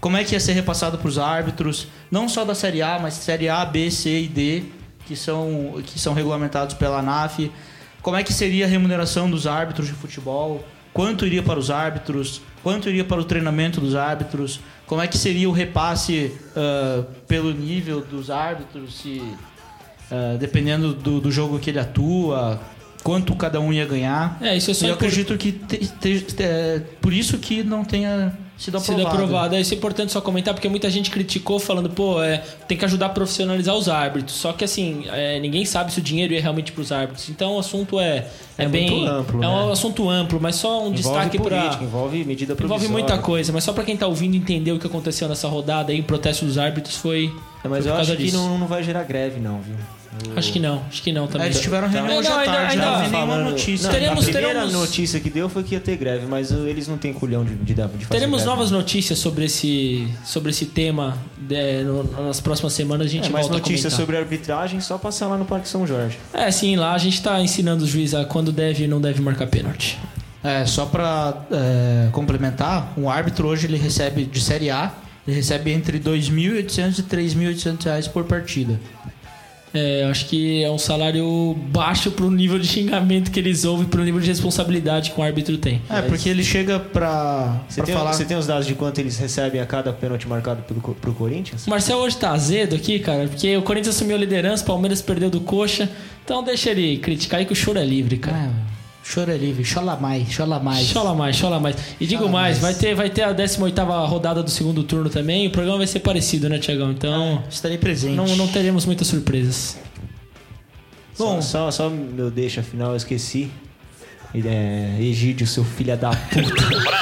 Speaker 1: Como é que ia ser repassado para os árbitros, não só da Série A, mas Série A, B, C e D, que são, que são regulamentados pela NAF. Como é que seria a remuneração dos árbitros de futebol? Quanto iria para os árbitros? Quanto iria para o treinamento dos árbitros? Como é que seria o repasse ah, pelo nível dos árbitros? Se, ah, dependendo do, do jogo que ele atua, quanto cada um ia ganhar?
Speaker 3: É, isso é só
Speaker 1: eu
Speaker 3: impor-
Speaker 1: acredito que te- te- te- é, por isso que não tenha sido aprovado.
Speaker 3: Sido aprovado. É, Isso é importante só comentar, porque muita gente criticou falando, pô, é, tem que ajudar a profissionalizar os árbitros. Só que assim, é, ninguém sabe se o dinheiro é realmente para os árbitros. Então o assunto é, é,
Speaker 2: É
Speaker 3: bem.
Speaker 2: muito amplo,
Speaker 3: é um
Speaker 2: né?
Speaker 3: assunto amplo, mas só um
Speaker 2: Envolve
Speaker 3: destaque
Speaker 2: política,
Speaker 3: para.
Speaker 2: envolve medida provisória.
Speaker 3: Envolve muita coisa, mas só pra quem tá ouvindo entender o que aconteceu nessa rodada aí, o protesto dos árbitros foi.
Speaker 2: É, mas
Speaker 3: foi
Speaker 2: eu
Speaker 3: por causa
Speaker 2: acho que
Speaker 3: disso.
Speaker 2: não, não vai gerar greve, não, viu?
Speaker 3: Acho que não, acho que não
Speaker 1: É,
Speaker 3: também.
Speaker 1: Eles tiveram reunião
Speaker 3: Não,
Speaker 1: hoje à
Speaker 3: ainda-
Speaker 2: né?
Speaker 1: tarde,
Speaker 3: ainda-
Speaker 1: não vi nenhuma
Speaker 2: falando-
Speaker 1: notícia.
Speaker 2: Não,
Speaker 3: Teremos-
Speaker 2: a primeira
Speaker 3: teremos-
Speaker 2: notícia que deu foi que ia ter greve, mas uh, eles não têm culhão de, de, dar- de fazer
Speaker 3: Teremos
Speaker 2: greve. É,
Speaker 3: novas notícias sobre esse, sobre esse tema é, no- nas próximas semanas. A gente
Speaker 2: É,
Speaker 3: volta
Speaker 2: mais
Speaker 3: a
Speaker 2: notícias
Speaker 3: comentar.
Speaker 2: sobre arbitragem, só passar lá no Parque São Jorge.
Speaker 3: É, sim, lá a gente tá ensinando o juiz a quando deve e não deve marcar pênalti.
Speaker 1: É, só pra é, complementar, um árbitro hoje ele recebe de Série A, ele recebe entre 2.800 e 3.800 reais por partida.
Speaker 3: É, eu acho que é um salário baixo pro nível de xingamento que eles ouvem, pro nível de responsabilidade que o árbitro tem.
Speaker 1: É, porque ele chega pra,
Speaker 2: Você
Speaker 1: pra
Speaker 2: tem, um-
Speaker 1: falar...
Speaker 2: você tem os dados de quanto eles recebem a cada pênalti marcado pelo, Co- pro Corinthians?
Speaker 3: O Marcel hoje tá azedo aqui, cara, porque o Corinthians assumiu a liderança, o Palmeiras perdeu do coxa. Então deixa ele criticar aí que o choro é livre, cara.
Speaker 1: Ah, chora livre, chola mais, chola mais.
Speaker 3: Chola mais, chola mais. E digo mais, vai ter, vai ter a 18 rodada do segundo turno também. O programa vai ser parecido, né, Tiagão? Então,
Speaker 1: Estarei presente.
Speaker 3: não, não teremos muitas surpresas.
Speaker 1: Bom.
Speaker 2: só, só, só meu deixa final, eu esqueci. Ele é Egídio, seu filho da puta.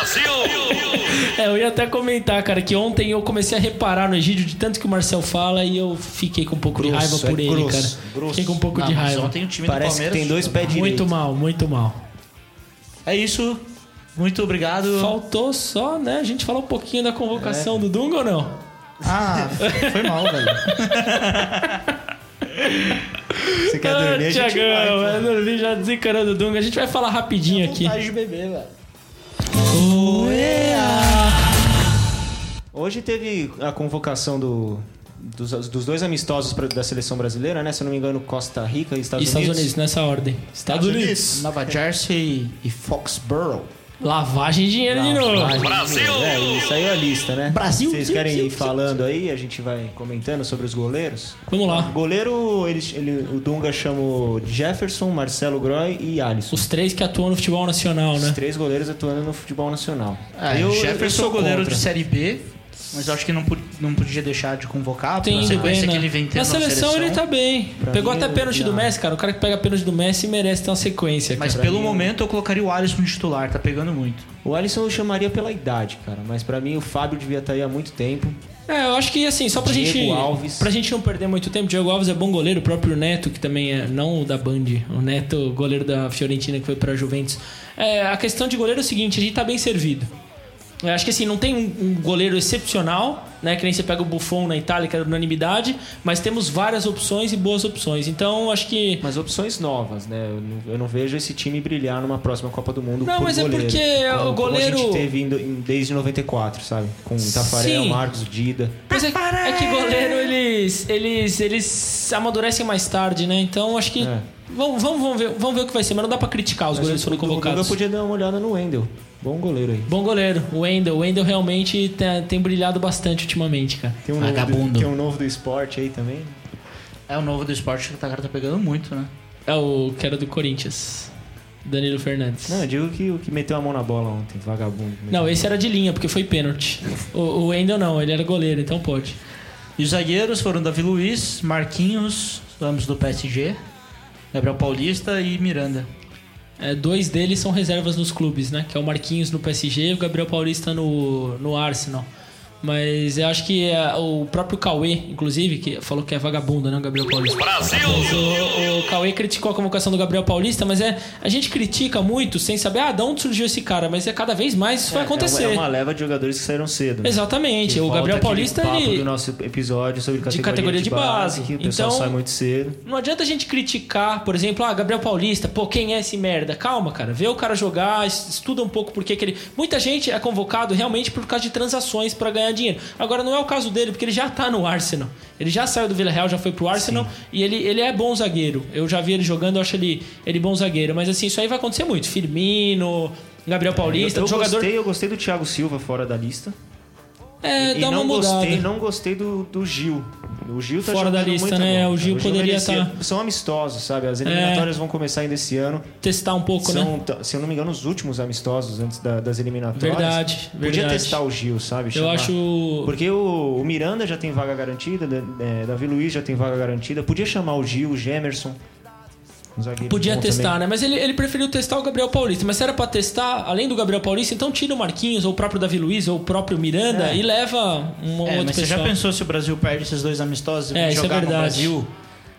Speaker 3: É, eu ia até comentar, cara, que ontem eu comecei a reparar no Egídio de tanto que o Marcel fala e eu fiquei com um pouco de
Speaker 2: Grosso,
Speaker 3: raiva por
Speaker 2: é
Speaker 3: ele,
Speaker 2: grosso,
Speaker 3: cara.
Speaker 2: grosso.
Speaker 3: Fiquei com um pouco
Speaker 1: Não,
Speaker 3: de
Speaker 1: Ah, mas
Speaker 3: raiva.
Speaker 1: Ontem o time do
Speaker 2: Parece que
Speaker 1: Palmeiras...
Speaker 2: tem dois pés direitos.
Speaker 3: Muito mal, muito mal.
Speaker 1: É isso. Muito
Speaker 2: Uhum.
Speaker 1: obrigado.
Speaker 3: Faltou só, né, a gente falar um pouquinho da
Speaker 2: É.
Speaker 3: convocação do Dunga ou não?
Speaker 1: Ah, foi mal, velho.
Speaker 2: Você quer dormir? A gente
Speaker 3: Tiagão,
Speaker 2: vai, pô.
Speaker 3: Ah, vai dormir já desencarando o Dunga. A gente vai falar rapidinho aqui.
Speaker 1: Vontade de beber, velho.
Speaker 2: Hoje teve a convocação do- dos, dos dois amistosos pra- da seleção brasileira, né? Se eu não me engano, Costa Rica e Estados,
Speaker 3: Estados Unidos. nessa ordem. Estados Unidos.
Speaker 1: Nova Jersey e Foxborough.
Speaker 3: Lavagem de dinheiro de novo.
Speaker 2: Brasil! É, isso aí é a lista, né?
Speaker 1: Brasil,
Speaker 2: Vocês
Speaker 1: Brasil,
Speaker 2: querem ir
Speaker 1: Brasil,
Speaker 2: falando aí? A gente vai comentando sobre os goleiros?
Speaker 3: Vamos
Speaker 2: O
Speaker 3: lá.
Speaker 2: goleiro, ele, ele- o Dunga chamou Jefferson, Marcelo Groy e Alisson.
Speaker 3: Os três que atuam no futebol nacional,
Speaker 2: Os
Speaker 3: né?
Speaker 2: três goleiros atuando no futebol nacional.
Speaker 3: Ah,
Speaker 1: É,
Speaker 2: eu, eu
Speaker 1: Jefferson
Speaker 2: sou
Speaker 1: goleiro
Speaker 2: contra.
Speaker 1: de Série B, mas eu acho que não, pod- não podia deixar de convocar.
Speaker 3: Tem
Speaker 1: na
Speaker 3: indo
Speaker 1: sequência
Speaker 3: bem, né?
Speaker 1: que ele vem tendo
Speaker 3: Na seleção, ele tá bem.
Speaker 2: Pra
Speaker 3: Pegou
Speaker 2: mim,
Speaker 3: até pênalti do
Speaker 2: não.
Speaker 3: Messi, cara. O cara que pega pênalti do Messi merece ter uma sequência,
Speaker 1: Mas
Speaker 3: cara.
Speaker 1: pelo momento eu colocaria o Alisson titular, tá pegando muito.
Speaker 2: O Alisson eu chamaria pela idade, cara. Mas pra mim o Fábio devia estar aí há muito tempo.
Speaker 3: É, eu acho que assim, só pra
Speaker 2: Diego
Speaker 3: gente.
Speaker 2: Alves.
Speaker 3: Pra gente não perder muito tempo, Diego Alves é bom goleiro, o próprio Neto, que também é não o da Band, o Neto, goleiro da Fiorentina que foi pra Juventus. É, a questão de goleiro é o seguinte, a gente tá bem servido. Eu acho que assim, não tem um, um goleiro excepcional, né? Que nem você pega o Buffon na Itália, que era unanimidade, mas temos várias opções e boas opções. Então, eu acho que.
Speaker 2: Mas opções novas, né? Eu não, eu não vejo esse time brilhar numa próxima Copa do Mundo.
Speaker 3: Não,
Speaker 2: por
Speaker 3: mas é
Speaker 2: goleiro,
Speaker 3: porque
Speaker 2: como,
Speaker 3: o
Speaker 2: como a
Speaker 3: goleiro-
Speaker 2: gente teve indo- em- desde 94, sabe? Com Tafarel,
Speaker 3: Sim.
Speaker 2: Marcos, Dida.
Speaker 3: Mas é, é que goleiro eles, eles, eles amadurecem mais tarde, né? Então acho que.
Speaker 2: É.
Speaker 3: Vamos, vamos, vamos, ver, vamos ver o que vai ser, mas não dá pra criticar. Os goleiros foram
Speaker 2: O Dunga
Speaker 3: convocados.
Speaker 2: podia dar uma olhada no Wendel. Bom goleiro aí.
Speaker 3: Bom goleiro, o Wendel. O Wendel realmente tem, tem brilhado bastante ultimamente, cara.
Speaker 2: Tem um, novo
Speaker 1: Vagabundo.
Speaker 2: do, tem um novo do esporte aí também.
Speaker 1: É o novo do esporte que o cara tá pegando muito, né?
Speaker 3: É o que era do Corinthians. Danilo Fernandes.
Speaker 2: Não, eu digo que o que meteu a mão na bola ontem, vagabundo. É,
Speaker 3: Não, esse era de linha, porque foi pênalti. O, o Wendel não, ele era goleiro, então pode.
Speaker 1: E os zagueiros foram Davi Luiz, Marquinhos, ambos do PSG, Gabriel Paulista e Miranda.
Speaker 3: É, dois deles são reservas nos clubes, né? Que é o Marquinhos no PSG e o Gabriel Paulista no, no Arsenal. Mas eu acho que é, o próprio Cauê, inclusive, que falou que é vagabundo, né? O Gabriel Paulista. Brasil! O, o Cauê criticou a convocação do Gabriel Paulista, mas é a gente critica muito sem saber, ah, de onde surgiu esse cara, mas é cada vez mais isso vai acontecer.
Speaker 2: É uma, é uma leva de jogadores que saíram cedo. né?
Speaker 3: Exatamente. O
Speaker 2: Volta
Speaker 3: Gabriel
Speaker 2: aquele
Speaker 3: Paulista,
Speaker 2: papo
Speaker 3: ele.
Speaker 2: do nosso episódio sobre categoria de,
Speaker 3: categoria de
Speaker 2: base,
Speaker 3: base.
Speaker 2: que o pessoal
Speaker 3: Então-
Speaker 2: sai muito cedo.
Speaker 3: Não adianta a gente criticar, por exemplo, ah, Gabriel Paulista, pô, quem é esse merda? Calma, cara, vê o cara jogar, es- estuda um pouco por que que ele. Muita gente é convocado realmente por causa de transações pra ganhar dinheiro. Agora não é o caso dele, porque ele já tá no Arsenal. Ele já saiu do Vila Real, já foi pro Arsenal e ele, ele é bom zagueiro. Eu já vi ele jogando, eu acho ele, ele bom zagueiro. Mas assim, isso aí vai acontecer muito. Firmino, Gabriel Paulista,
Speaker 2: É, eu, eu
Speaker 3: jogador.
Speaker 2: gostei, eu gostei do Thiago Silva fora da lista.
Speaker 3: É,
Speaker 2: e
Speaker 3: dá uma
Speaker 2: não
Speaker 3: mudada.
Speaker 2: gostei, não gostei do, do Gil. O Gil tá
Speaker 3: Fora da
Speaker 2: jogando
Speaker 3: lista,
Speaker 2: muito
Speaker 3: né?
Speaker 2: bola.
Speaker 3: O Gil poderia
Speaker 2: merecia.
Speaker 3: tá- É.
Speaker 2: São amistosos, sabe? As eliminatórias vão começar ainda esse ano.
Speaker 3: Testar um pouco, né?
Speaker 2: São, t- se eu não me engano, os últimos amistosos antes da- das eliminatórias.
Speaker 3: Verdade,
Speaker 2: Podia
Speaker 3: verdade.
Speaker 2: testar o Gil, sabe?
Speaker 3: Eu
Speaker 2: Chamar.
Speaker 3: acho.
Speaker 2: Porque o, o Miranda já tem vaga garantida, da- é, Davi Luiz já tem vaga garantida. Podia chamar o Gil, o Gemerson. um
Speaker 1: é
Speaker 2: zagueiro
Speaker 3: Podia
Speaker 2: bom
Speaker 3: testar,
Speaker 2: também.
Speaker 3: né? Mas ele, ele preferiu testar o Gabriel Paulista. Mas se era pra testar, além do Gabriel Paulista, então tira o Marquinhos, ou o próprio Davi Luiz, ou o próprio Miranda e leva um
Speaker 1: É,
Speaker 3: outro
Speaker 1: mas você já
Speaker 3: pessoal.
Speaker 1: pensou se o Brasil perde esses dois amistosos
Speaker 3: É,
Speaker 1: e
Speaker 3: isso é
Speaker 1: jogar no
Speaker 3: verdade.
Speaker 1: Brasil,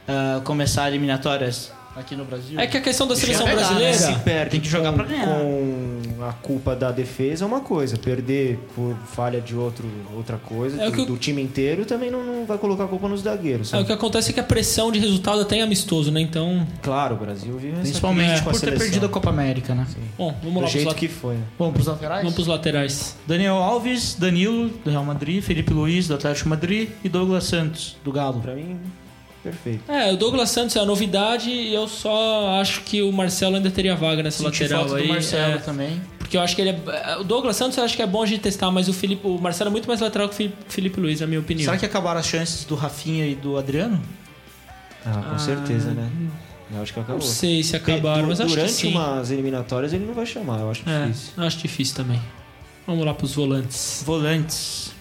Speaker 1: ah, começar eliminatórias aqui no Brasil?
Speaker 3: É que a questão da seleção
Speaker 1: pegar, né?
Speaker 3: brasileira.
Speaker 2: Se perde
Speaker 1: Tem que jogar
Speaker 2: com,
Speaker 1: pra ganhar.
Speaker 2: com a culpa da defesa é uma coisa, perder por falha de outro, outra coisa,
Speaker 3: É o
Speaker 2: do,
Speaker 3: que eu-
Speaker 2: do time inteiro, também não, não vai colocar a culpa nos zagueiros.
Speaker 3: É,
Speaker 2: sabe?
Speaker 3: o que acontece é que a pressão de resultado até é amistoso, né? Então.
Speaker 2: Claro, o Brasil vive essa
Speaker 1: Principalmente
Speaker 2: crise com a
Speaker 1: é por ter
Speaker 2: seleção.
Speaker 1: perdido a Copa América, né?
Speaker 3: Bom, vamos
Speaker 2: Do
Speaker 3: lá pros,
Speaker 2: jeito
Speaker 3: lat-
Speaker 2: que foi. né?
Speaker 1: Bom, pros laterais?
Speaker 3: vamos pros laterais.
Speaker 1: Daniel Alves, Danilo, do Real Madrid, Felipe Luiz, do Atlético Madrid e Douglas Santos, do Galo.
Speaker 2: Pra mim, perfeito.
Speaker 3: É, o Douglas Santos é a novidade e eu só acho que o Marcelo ainda teria vaga nessa
Speaker 1: Senti
Speaker 3: lateral
Speaker 1: falta
Speaker 3: aí.
Speaker 1: do Marcelo
Speaker 3: é,
Speaker 1: tá? também.
Speaker 3: porque eu acho que ele é. O Douglas Santos eu acho que é bom a gente testar, mas o, Felipe, o Marcelo é muito mais lateral que o Felipe, Felipe Luiz, na minha opinião.
Speaker 1: Será que acabaram as chances do Rafinha e do Adriano?
Speaker 2: Ah, com certeza, né? Eu acho que acabou.
Speaker 3: uhum. Não sei se acabaram,
Speaker 2: Du-
Speaker 3: mas acho que
Speaker 2: Durante
Speaker 3: sim.
Speaker 2: umas eliminatórias ele não vai chamar, eu acho difícil.
Speaker 3: É, acho difícil também. Vamos lá pros volantes.
Speaker 1: Volantes.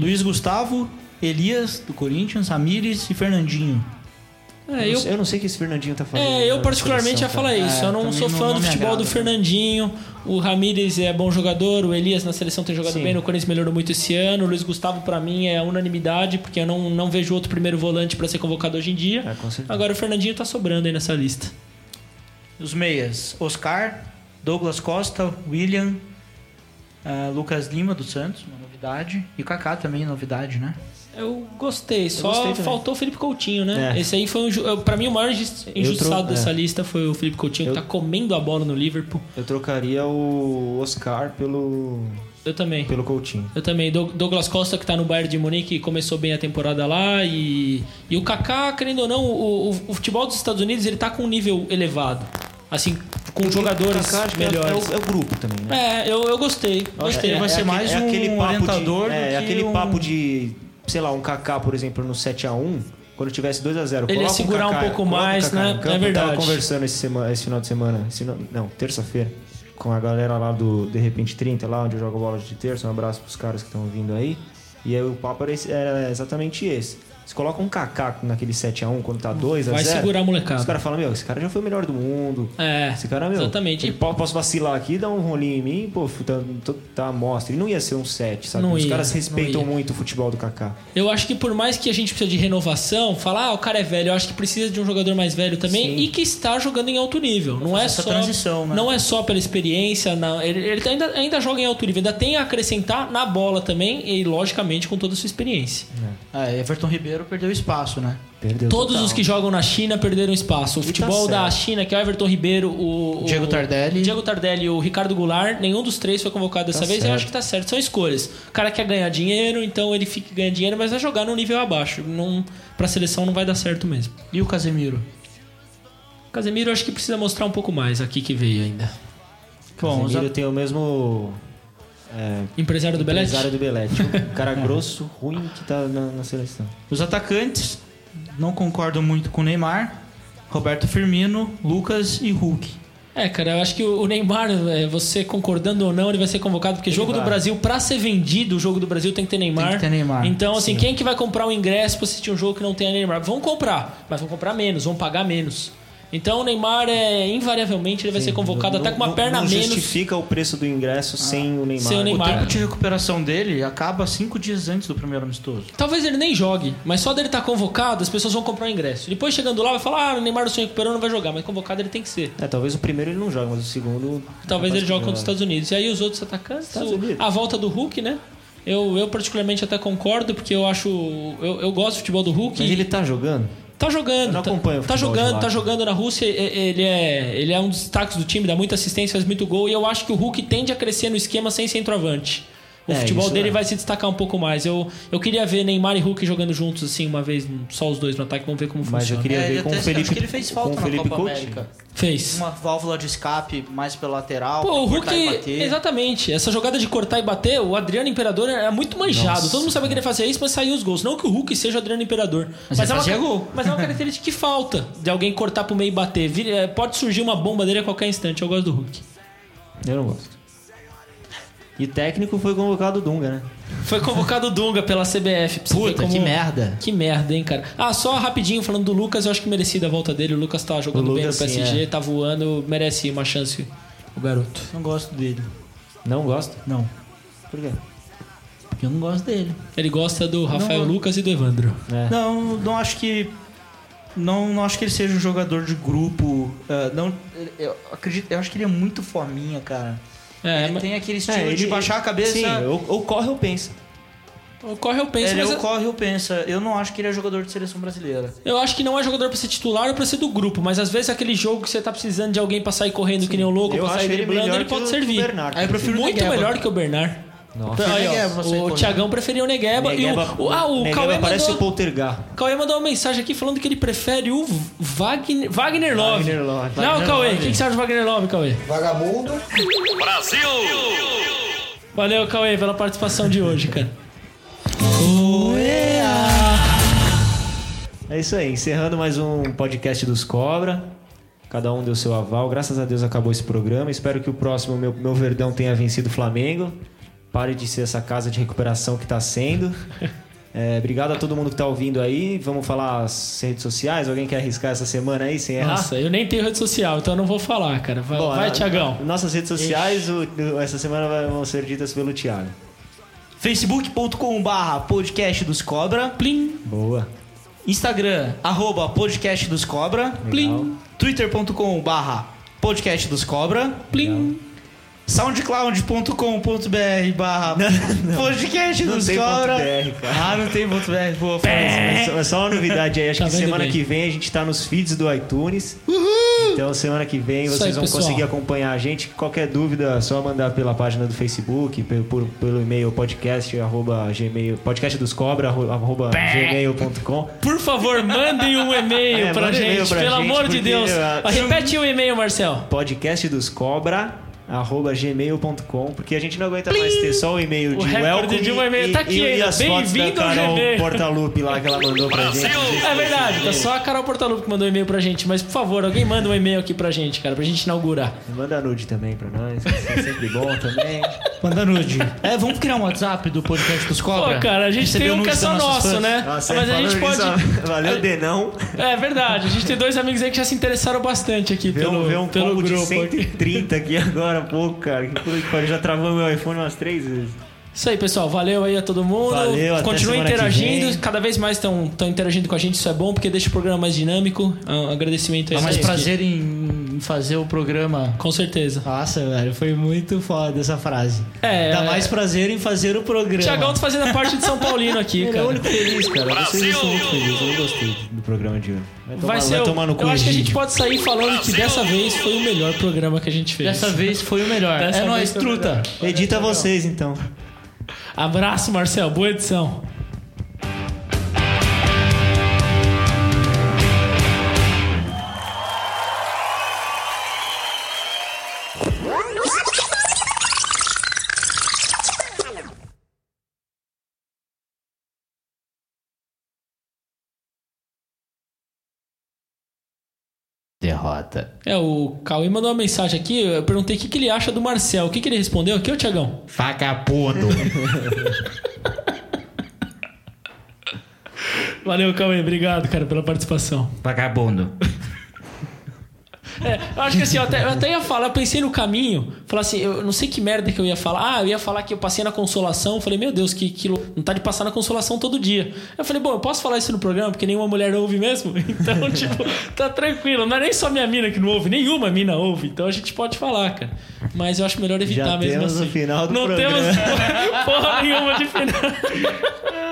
Speaker 1: Luiz Gustavo, Elias, do Corinthians, Ramires e Fernandinho.
Speaker 3: É,
Speaker 2: eu,
Speaker 3: eu,
Speaker 2: não sei- eu não sei o que esse Fernandinho tá fazendo.
Speaker 3: é, eu
Speaker 2: na
Speaker 3: particularmente
Speaker 2: seleção, tá?
Speaker 3: ia falar
Speaker 2: cara.
Speaker 3: isso.
Speaker 1: É,
Speaker 3: eu não
Speaker 1: também
Speaker 3: sou
Speaker 1: não-
Speaker 3: fã
Speaker 1: não
Speaker 3: do
Speaker 1: me
Speaker 3: futebol do
Speaker 1: agrada.
Speaker 3: Fernandinho. O Ramírez é bom jogador. O Elias na seleção tem jogado
Speaker 2: Sim.
Speaker 3: bem. No Corinthians melhorou muito esse ano. O Luiz Gustavo, pra mim, é unanimidade, porque eu não, não vejo outro primeiro volante pra ser convocado hoje em dia.
Speaker 2: É, com certeza.
Speaker 3: Agora o Fernandinho tá sobrando aí nessa lista.
Speaker 1: Os meias, Oscar, Douglas Costa, William, ah, Lucas Lima do Santos, uma novidade. E o Kaká também, novidade, né?
Speaker 3: Eu gostei, só
Speaker 2: gostei também.
Speaker 3: faltou o Felipe Coutinho, né?
Speaker 2: É.
Speaker 3: Esse aí foi um, ju- eu- pra mim o maior injusti- injustiçado
Speaker 2: trou-
Speaker 3: dessa
Speaker 2: é.
Speaker 3: lista foi o Felipe Coutinho,
Speaker 2: Eu-
Speaker 3: que tá comendo a bola no Liverpool.
Speaker 2: Eu trocaria o Oscar pelo,
Speaker 3: Eu também.
Speaker 2: pelo Coutinho.
Speaker 3: Eu também. Doug- Douglas Costa, que tá no Bayern de Munique, começou bem a temporada lá. E, e o Kaká, querendo ou não, o, o- o futebol dos Estados Unidos ele tá com um nível elevado. Assim, com jogadores
Speaker 2: Kaká, acho que é-
Speaker 3: melhores.
Speaker 2: É, o, é o grupo também, né?
Speaker 3: É, eu, eu gostei. Gostei.
Speaker 1: ele vai ser
Speaker 2: aque-
Speaker 1: mais um
Speaker 2: é papo
Speaker 1: orientador
Speaker 2: de,
Speaker 1: do
Speaker 2: é,
Speaker 1: que
Speaker 2: aquele
Speaker 1: um-
Speaker 2: papo de, sei lá, um Kaká, por exemplo, no 7 a 1 quando tivesse 2 a 0
Speaker 3: Ele ia
Speaker 2: coloca o
Speaker 3: segurar um
Speaker 2: Kaká-
Speaker 3: pouco
Speaker 2: coloca o
Speaker 3: mais,
Speaker 2: Kaká
Speaker 3: né?
Speaker 2: em
Speaker 3: É
Speaker 2: Eu
Speaker 3: verdade.
Speaker 2: Tava conversando esse, sema- esse final de semana, esse no- não, terça-feira, com a galera lá do De Repente 30, lá onde eu jogo bola de terça. Um abraço pros caras que estão vindo aí. E aí o papo era, esse- era exatamente esse. Você coloca um Kaká naquele 7 a 1 quando tá 2 a 0
Speaker 3: Vai segurar a
Speaker 2: Os
Speaker 3: molecada.
Speaker 2: caras falam, meu, esse cara já foi o melhor do mundo.
Speaker 3: É,
Speaker 2: Esse cara, meu,
Speaker 3: exatamente.
Speaker 2: ele po- posso vacilar aqui, dar um rolinho em mim, pô, tá, tô- tá à mostra. E não ia ser um 7, sabe?
Speaker 3: Não
Speaker 2: Os
Speaker 3: ia,
Speaker 2: caras
Speaker 3: não
Speaker 2: respeitam
Speaker 3: ia.
Speaker 2: muito o futebol do Kaká.
Speaker 3: Eu acho que por mais que a gente precise de renovação, falar, ah, o cara é velho, eu acho que precisa de um jogador mais velho também
Speaker 2: Sim.
Speaker 3: e que está jogando em alto nível. Não é
Speaker 1: essa
Speaker 3: só
Speaker 1: transição, né?
Speaker 3: Não é só pela experiência, não. ele, ele ainda, ainda joga em alto nível, ainda tem a acrescentar na bola também e logicamente com toda a sua experiência.
Speaker 1: Ah, Everton Ribeiro perdeu espaço, né?
Speaker 2: Perdeu
Speaker 3: Todos
Speaker 2: total.
Speaker 3: os que jogam na China perderam espaço. O
Speaker 2: tá
Speaker 3: futebol da
Speaker 2: certo.
Speaker 3: China, que é o Everton Ribeiro, o, o-
Speaker 1: Diego Tardelli.
Speaker 3: Diego Tardelli e o Ricardo Goulart, nenhum dos três foi convocado dessa
Speaker 2: Tá
Speaker 3: vez. Eu
Speaker 2: certo.
Speaker 3: acho que tá certo, são escolhas. O cara quer ganhar dinheiro, então ele fica ganhando dinheiro, mas vai jogar num nível abaixo. Não, pra seleção não vai dar certo mesmo.
Speaker 1: E o Casemiro?
Speaker 3: Casemiro, eu acho que precisa mostrar um pouco mais aqui que veio ainda.
Speaker 1: Bom, os
Speaker 2: Casemiro tem o mesmo... É,
Speaker 3: Empresário do Belete?
Speaker 2: empresário do Belete. Um cara grosso, ruim, que tá na, na seleção.
Speaker 1: Os atacantes não concordam muito com o Neymar, Roberto Firmino, Lucas e Hulk.
Speaker 3: É, cara, eu acho que o o Neymar, é, você concordando ou não, ele vai ser convocado, porque jogo do
Speaker 2: vai.
Speaker 3: Brasil, pra ser vendido, o jogo do Brasil tem que ter Neymar.
Speaker 1: Tem que ter Neymar.
Speaker 3: Então, assim, quem que vai comprar o ingresso pra assistir um jogo que não tenha Neymar? Vão comprar, mas vão comprar menos, vão pagar menos. Então o Neymar é invariavelmente ele vai ser convocado
Speaker 2: Não-
Speaker 3: até com uma
Speaker 2: não-
Speaker 3: perna a
Speaker 2: não
Speaker 3: menos. Ah,
Speaker 2: justifica o preço do ingresso sem o Neymar.
Speaker 3: sem o
Speaker 1: O
Speaker 3: Neymar.
Speaker 1: tempo de recuperação dele acaba cinco dias antes do primeiro amistoso.
Speaker 3: Talvez ele nem jogue, mas só dele estar convocado, as pessoas vão comprar o ingresso. Depois chegando lá vai falar: "Ah, o Neymar não se recuperou, não vai jogar", mas convocado ele tem que ser.
Speaker 2: É, talvez o primeiro ele não jogue, mas o segundo...
Speaker 3: Talvez ele jogue
Speaker 2: joga
Speaker 3: contra os Estados Unidos. E aí os outros atacantes,
Speaker 2: Tá Estados
Speaker 3: o-
Speaker 2: Unidos.
Speaker 3: a volta do Hulk, né? Eu, eu particularmente até concordo, porque eu acho. Eu, eu gosto do futebol do Hulk.
Speaker 2: Mas ele tá jogando?
Speaker 3: Tá jogando.
Speaker 2: Eu não
Speaker 3: tá-
Speaker 2: acompanho o
Speaker 3: Tá
Speaker 2: futebol de
Speaker 3: jogando,
Speaker 2: lá.
Speaker 3: tá jogando na Rússia. e- e- Ele é, ele é um dos destaques do time, dá muita assistência, faz muito gol. E eu acho que o Hulk tende a crescer no esquema sem centroavante. o
Speaker 2: É,
Speaker 3: futebol
Speaker 2: isso
Speaker 3: dele
Speaker 2: é.
Speaker 3: vai se destacar um pouco mais. Eu, eu queria ver Neymar e Hulk jogando juntos, assim, uma vez, só os dois no ataque, vamos ver como
Speaker 2: Mas eu
Speaker 3: funciona.
Speaker 2: queria
Speaker 1: É, ele
Speaker 2: ver com
Speaker 1: até-
Speaker 2: o
Speaker 1: acho
Speaker 2: Felipe.
Speaker 1: que ele fez falta
Speaker 2: com o
Speaker 1: na
Speaker 2: Felipe
Speaker 1: Copa
Speaker 2: Coutinho.
Speaker 1: América.
Speaker 3: Fez.
Speaker 1: Uma válvula de escape mais pela lateral.
Speaker 3: Pô, o
Speaker 1: pra cortar e
Speaker 3: Hulk,
Speaker 1: bater.
Speaker 3: exatamente. Essa jogada de cortar e bater, o Adriano Imperador é muito manjado. Todo mundo sabia que ele fazia isso, mas saiu os gols. Não que o Hulk seja o Adriano Imperador. Mas,
Speaker 1: ele
Speaker 3: é, uma,
Speaker 1: fazia gol.
Speaker 3: mas é uma característica que falta de alguém cortar pro meio e bater. Vira- é, Pode surgir uma bomba dele a qualquer instante. Eu gosto do Hulk.
Speaker 2: Eu não gosto. E técnico foi convocado o Dunga, né?
Speaker 3: Foi convocado o Dunga pela CBF. pra você ver como-
Speaker 1: merda.
Speaker 3: Que merda, hein, cara. Ah, só rapidinho, falando do Lucas, eu acho que merecida a volta dele. O Lucas tá jogando
Speaker 2: O
Speaker 3: bem no
Speaker 2: Lucas, sim,
Speaker 3: PSG, tá voando, merece uma chance. O garoto.
Speaker 1: Não gosto dele.
Speaker 2: Não gosto.
Speaker 1: Não.
Speaker 2: Por quê?
Speaker 1: Porque eu não gosto dele.
Speaker 3: Ele gosta do Rafael
Speaker 1: Não-
Speaker 3: Lucas e do Evandro.
Speaker 2: É.
Speaker 1: Não, não acho que. Não, não acho que ele seja um jogador de grupo. ah, não, eu acredito, eu acho que ele é muito fominha, cara.
Speaker 3: É,
Speaker 1: ele
Speaker 3: mas-
Speaker 1: tem aquele
Speaker 2: É,
Speaker 1: estilo de baixar a cabeça.
Speaker 2: Sim, ou, ou corre ou pensa.
Speaker 3: O Corre eu penso,
Speaker 1: ele é
Speaker 3: mas é-
Speaker 1: ou
Speaker 3: eu-
Speaker 1: corre ou pensa. Eu não acho que ele é jogador de seleção brasileira.
Speaker 3: eu acho que não é jogador pra ser titular ou pra ser do grupo, mas às vezes aquele jogo que você tá precisando de alguém pra sair correndo que nem um louco, pra sair driblando, ele pode
Speaker 2: o-
Speaker 3: servir.
Speaker 2: o Bernardo.
Speaker 1: Aí eu prefiro
Speaker 3: Muito
Speaker 1: Negueba.
Speaker 3: melhor que o Bernard.
Speaker 2: Nossa.
Speaker 3: Aí, ó,
Speaker 1: Negueba, você
Speaker 3: o
Speaker 1: correndo.
Speaker 3: Thiagão preferiu o Negueba, É, e o, o- ah, o
Speaker 2: né? Negueba
Speaker 3: Cauê
Speaker 2: parece
Speaker 3: mandou,
Speaker 2: o Poltergar.
Speaker 3: Cauê mandou uma mensagem aqui falando que ele prefere o Wagner, Wagner Love.
Speaker 2: Wagner Love.
Speaker 3: Não,
Speaker 2: Wagner
Speaker 3: Cauê, o
Speaker 2: Love.
Speaker 3: que, que você acha do Wagner Love, Cauê?
Speaker 5: Vagabundo.
Speaker 3: Valeu, Cauê, pela participação de hoje, cara.
Speaker 2: É isso aí, encerrando mais um podcast dos Cobra. Cada um deu seu aval. Graças a Deus acabou esse programa. Espero que o próximo meu, meu Verdão tenha vencido o Flamengo. Pare de ser essa casa de recuperação que está sendo. É, obrigado a todo mundo que está ouvindo aí. Vamos falar as redes sociais. Alguém quer arriscar essa semana aí sem errar?
Speaker 3: Nossa, eu nem tenho rede social, então eu não vou falar, cara. Vai,
Speaker 2: Bom,
Speaker 3: vai
Speaker 2: na-
Speaker 3: Thiagão.
Speaker 2: Nossas redes sociais o- o- essa semana vai- vão ser ditas pelo Thiago.
Speaker 1: facebook.com/barra podcast dos cobra.
Speaker 3: Plim,
Speaker 2: Boa.
Speaker 1: Instagram, arroba podcast dos cobra.
Speaker 3: plim,
Speaker 1: Twitter.com/barra podcast dos cobra.
Speaker 3: plim.
Speaker 1: soundcloud.com.br barra podcast
Speaker 2: Não
Speaker 1: dos
Speaker 2: tem
Speaker 1: cobra.
Speaker 2: .br, cara.
Speaker 1: Ah, não tem ponto .br, boa,
Speaker 2: É
Speaker 1: faz.
Speaker 2: só- é só uma novidade aí. Acho
Speaker 3: Tá
Speaker 2: que
Speaker 3: vendo
Speaker 2: semana
Speaker 3: bem.
Speaker 2: que vem a gente tá nos feeds do iTunes. Então semana que vem
Speaker 3: Isso
Speaker 2: vocês
Speaker 3: aí,
Speaker 2: vão
Speaker 3: pessoal.
Speaker 2: conseguir acompanhar a gente. Qualquer dúvida, é só mandar pela página do Facebook, pelo, por- pelo e-mail podcast arroba gmail, podcastdoscobra arro- arroba gmail.com.
Speaker 3: Por favor, mandem um e-mail
Speaker 2: É,
Speaker 3: pra
Speaker 2: manda um
Speaker 3: gente,
Speaker 2: e-mail pra
Speaker 3: pelo
Speaker 2: gente,
Speaker 3: amor de
Speaker 2: porque,
Speaker 3: Deus.
Speaker 2: ah,
Speaker 3: Repete o e-mail, Marcel.
Speaker 2: podcastdoscobra arroba gmail.com porque a gente não aguenta mais ter só o e-mail de
Speaker 3: O recorde
Speaker 2: welcome
Speaker 3: de um e-mail tá
Speaker 2: e-
Speaker 3: aqui
Speaker 2: e, e
Speaker 3: ainda.
Speaker 2: as fotos da
Speaker 3: Bem-vindo ao
Speaker 2: Carol
Speaker 3: Gmail.
Speaker 2: Portalupe lá que ela mandou pra gente.
Speaker 3: É verdade, tá só a Carol Portalupe que mandou um e-mail pra gente, mas por favor, alguém manda um e-mail aqui pra gente, cara, pra gente inaugurar.
Speaker 2: Manda nude também pra nós, que é sempre bom também.
Speaker 1: Manda nude. É, vamos criar um WhatsApp do podcast dos
Speaker 3: Pô,
Speaker 1: cobra?
Speaker 3: cara, a gente
Speaker 1: Receber
Speaker 3: tem um que é
Speaker 1: nudes
Speaker 3: só
Speaker 1: das nossas
Speaker 3: nosso,
Speaker 1: fãs.
Speaker 3: né?
Speaker 2: Nossa,
Speaker 3: mas a
Speaker 2: falando
Speaker 3: gente pode.
Speaker 2: nisso, Valeu,
Speaker 3: a-
Speaker 2: Denão.
Speaker 3: É verdade, a gente tem dois amigos aí que já se interessaram bastante aqui
Speaker 2: Vê
Speaker 3: pelo,
Speaker 2: um, vê um
Speaker 3: pelo
Speaker 2: combo de
Speaker 3: grupo.
Speaker 2: 130 aqui agora, pô, cara. Que puta que pariu, já travou meu iPhone umas três vezes.
Speaker 3: Isso aí, pessoal. Valeu aí a todo mundo.
Speaker 2: Valeu, até
Speaker 3: Continuem
Speaker 2: semana que
Speaker 3: interagindo.
Speaker 2: vem.
Speaker 3: Cada vez mais estão interagindo com a gente. Isso é bom porque deixa o programa mais dinâmico. Ah, agradecimento aí.
Speaker 1: Dá mais
Speaker 3: vocês que-
Speaker 1: prazer em em fazer o programa.
Speaker 3: Com certeza.
Speaker 1: Nossa, velho, foi muito foda essa frase.
Speaker 3: É,
Speaker 1: Dá
Speaker 3: é.
Speaker 1: mais prazer em fazer o programa.
Speaker 3: Tiagão tá fazendo a parte de São Paulino aqui,
Speaker 2: Ele é o
Speaker 3: cara.
Speaker 2: único feliz, cara. Vocês estão muito felizes. Eu não gostei do programa de hoje. tomar-
Speaker 3: Vai ser. o-
Speaker 2: tomar no cu,
Speaker 3: Eu acho que a gente
Speaker 2: Egídio.
Speaker 3: pode sair falando que dessa vez foi o melhor programa que a gente fez.
Speaker 1: Dessa vez foi o melhor.
Speaker 3: Dessa
Speaker 1: é
Speaker 3: vez
Speaker 1: nóis,
Speaker 3: foi o
Speaker 1: truta.
Speaker 3: melhor.
Speaker 2: Edita vocês, então.
Speaker 3: Abraço, Marcel. Boa edição.
Speaker 4: Derrota.
Speaker 3: É, o Cauê mandou uma mensagem aqui. Eu perguntei o que, que ele acha do Marcel. O que, que ele respondeu aqui, ô Tiagão?
Speaker 4: Vagabundo.
Speaker 3: Valeu, Cauê. Obrigado, cara, pela participação.
Speaker 4: Vagabundo.
Speaker 3: Eu acho que assim, eu até, eu até ia falar, eu pensei no caminho, falar assim, eu não sei que merda que eu ia falar. Ah, eu ia falar que eu passei na consolação. Eu falei, meu Deus, que, que lou- não tá de passar na consolação todo dia. Eu falei, bom, eu posso falar isso no programa, porque nenhuma mulher ouve mesmo? Então, tipo, tá tranquilo. Não é nem só minha mina que não ouve, nenhuma mina ouve. Então a gente pode falar, cara. Mas eu acho melhor evitar
Speaker 2: Já
Speaker 3: Tá mesmo
Speaker 2: temos
Speaker 3: assim.
Speaker 2: o final do
Speaker 3: não
Speaker 2: programa.
Speaker 3: temos porra nenhuma de final.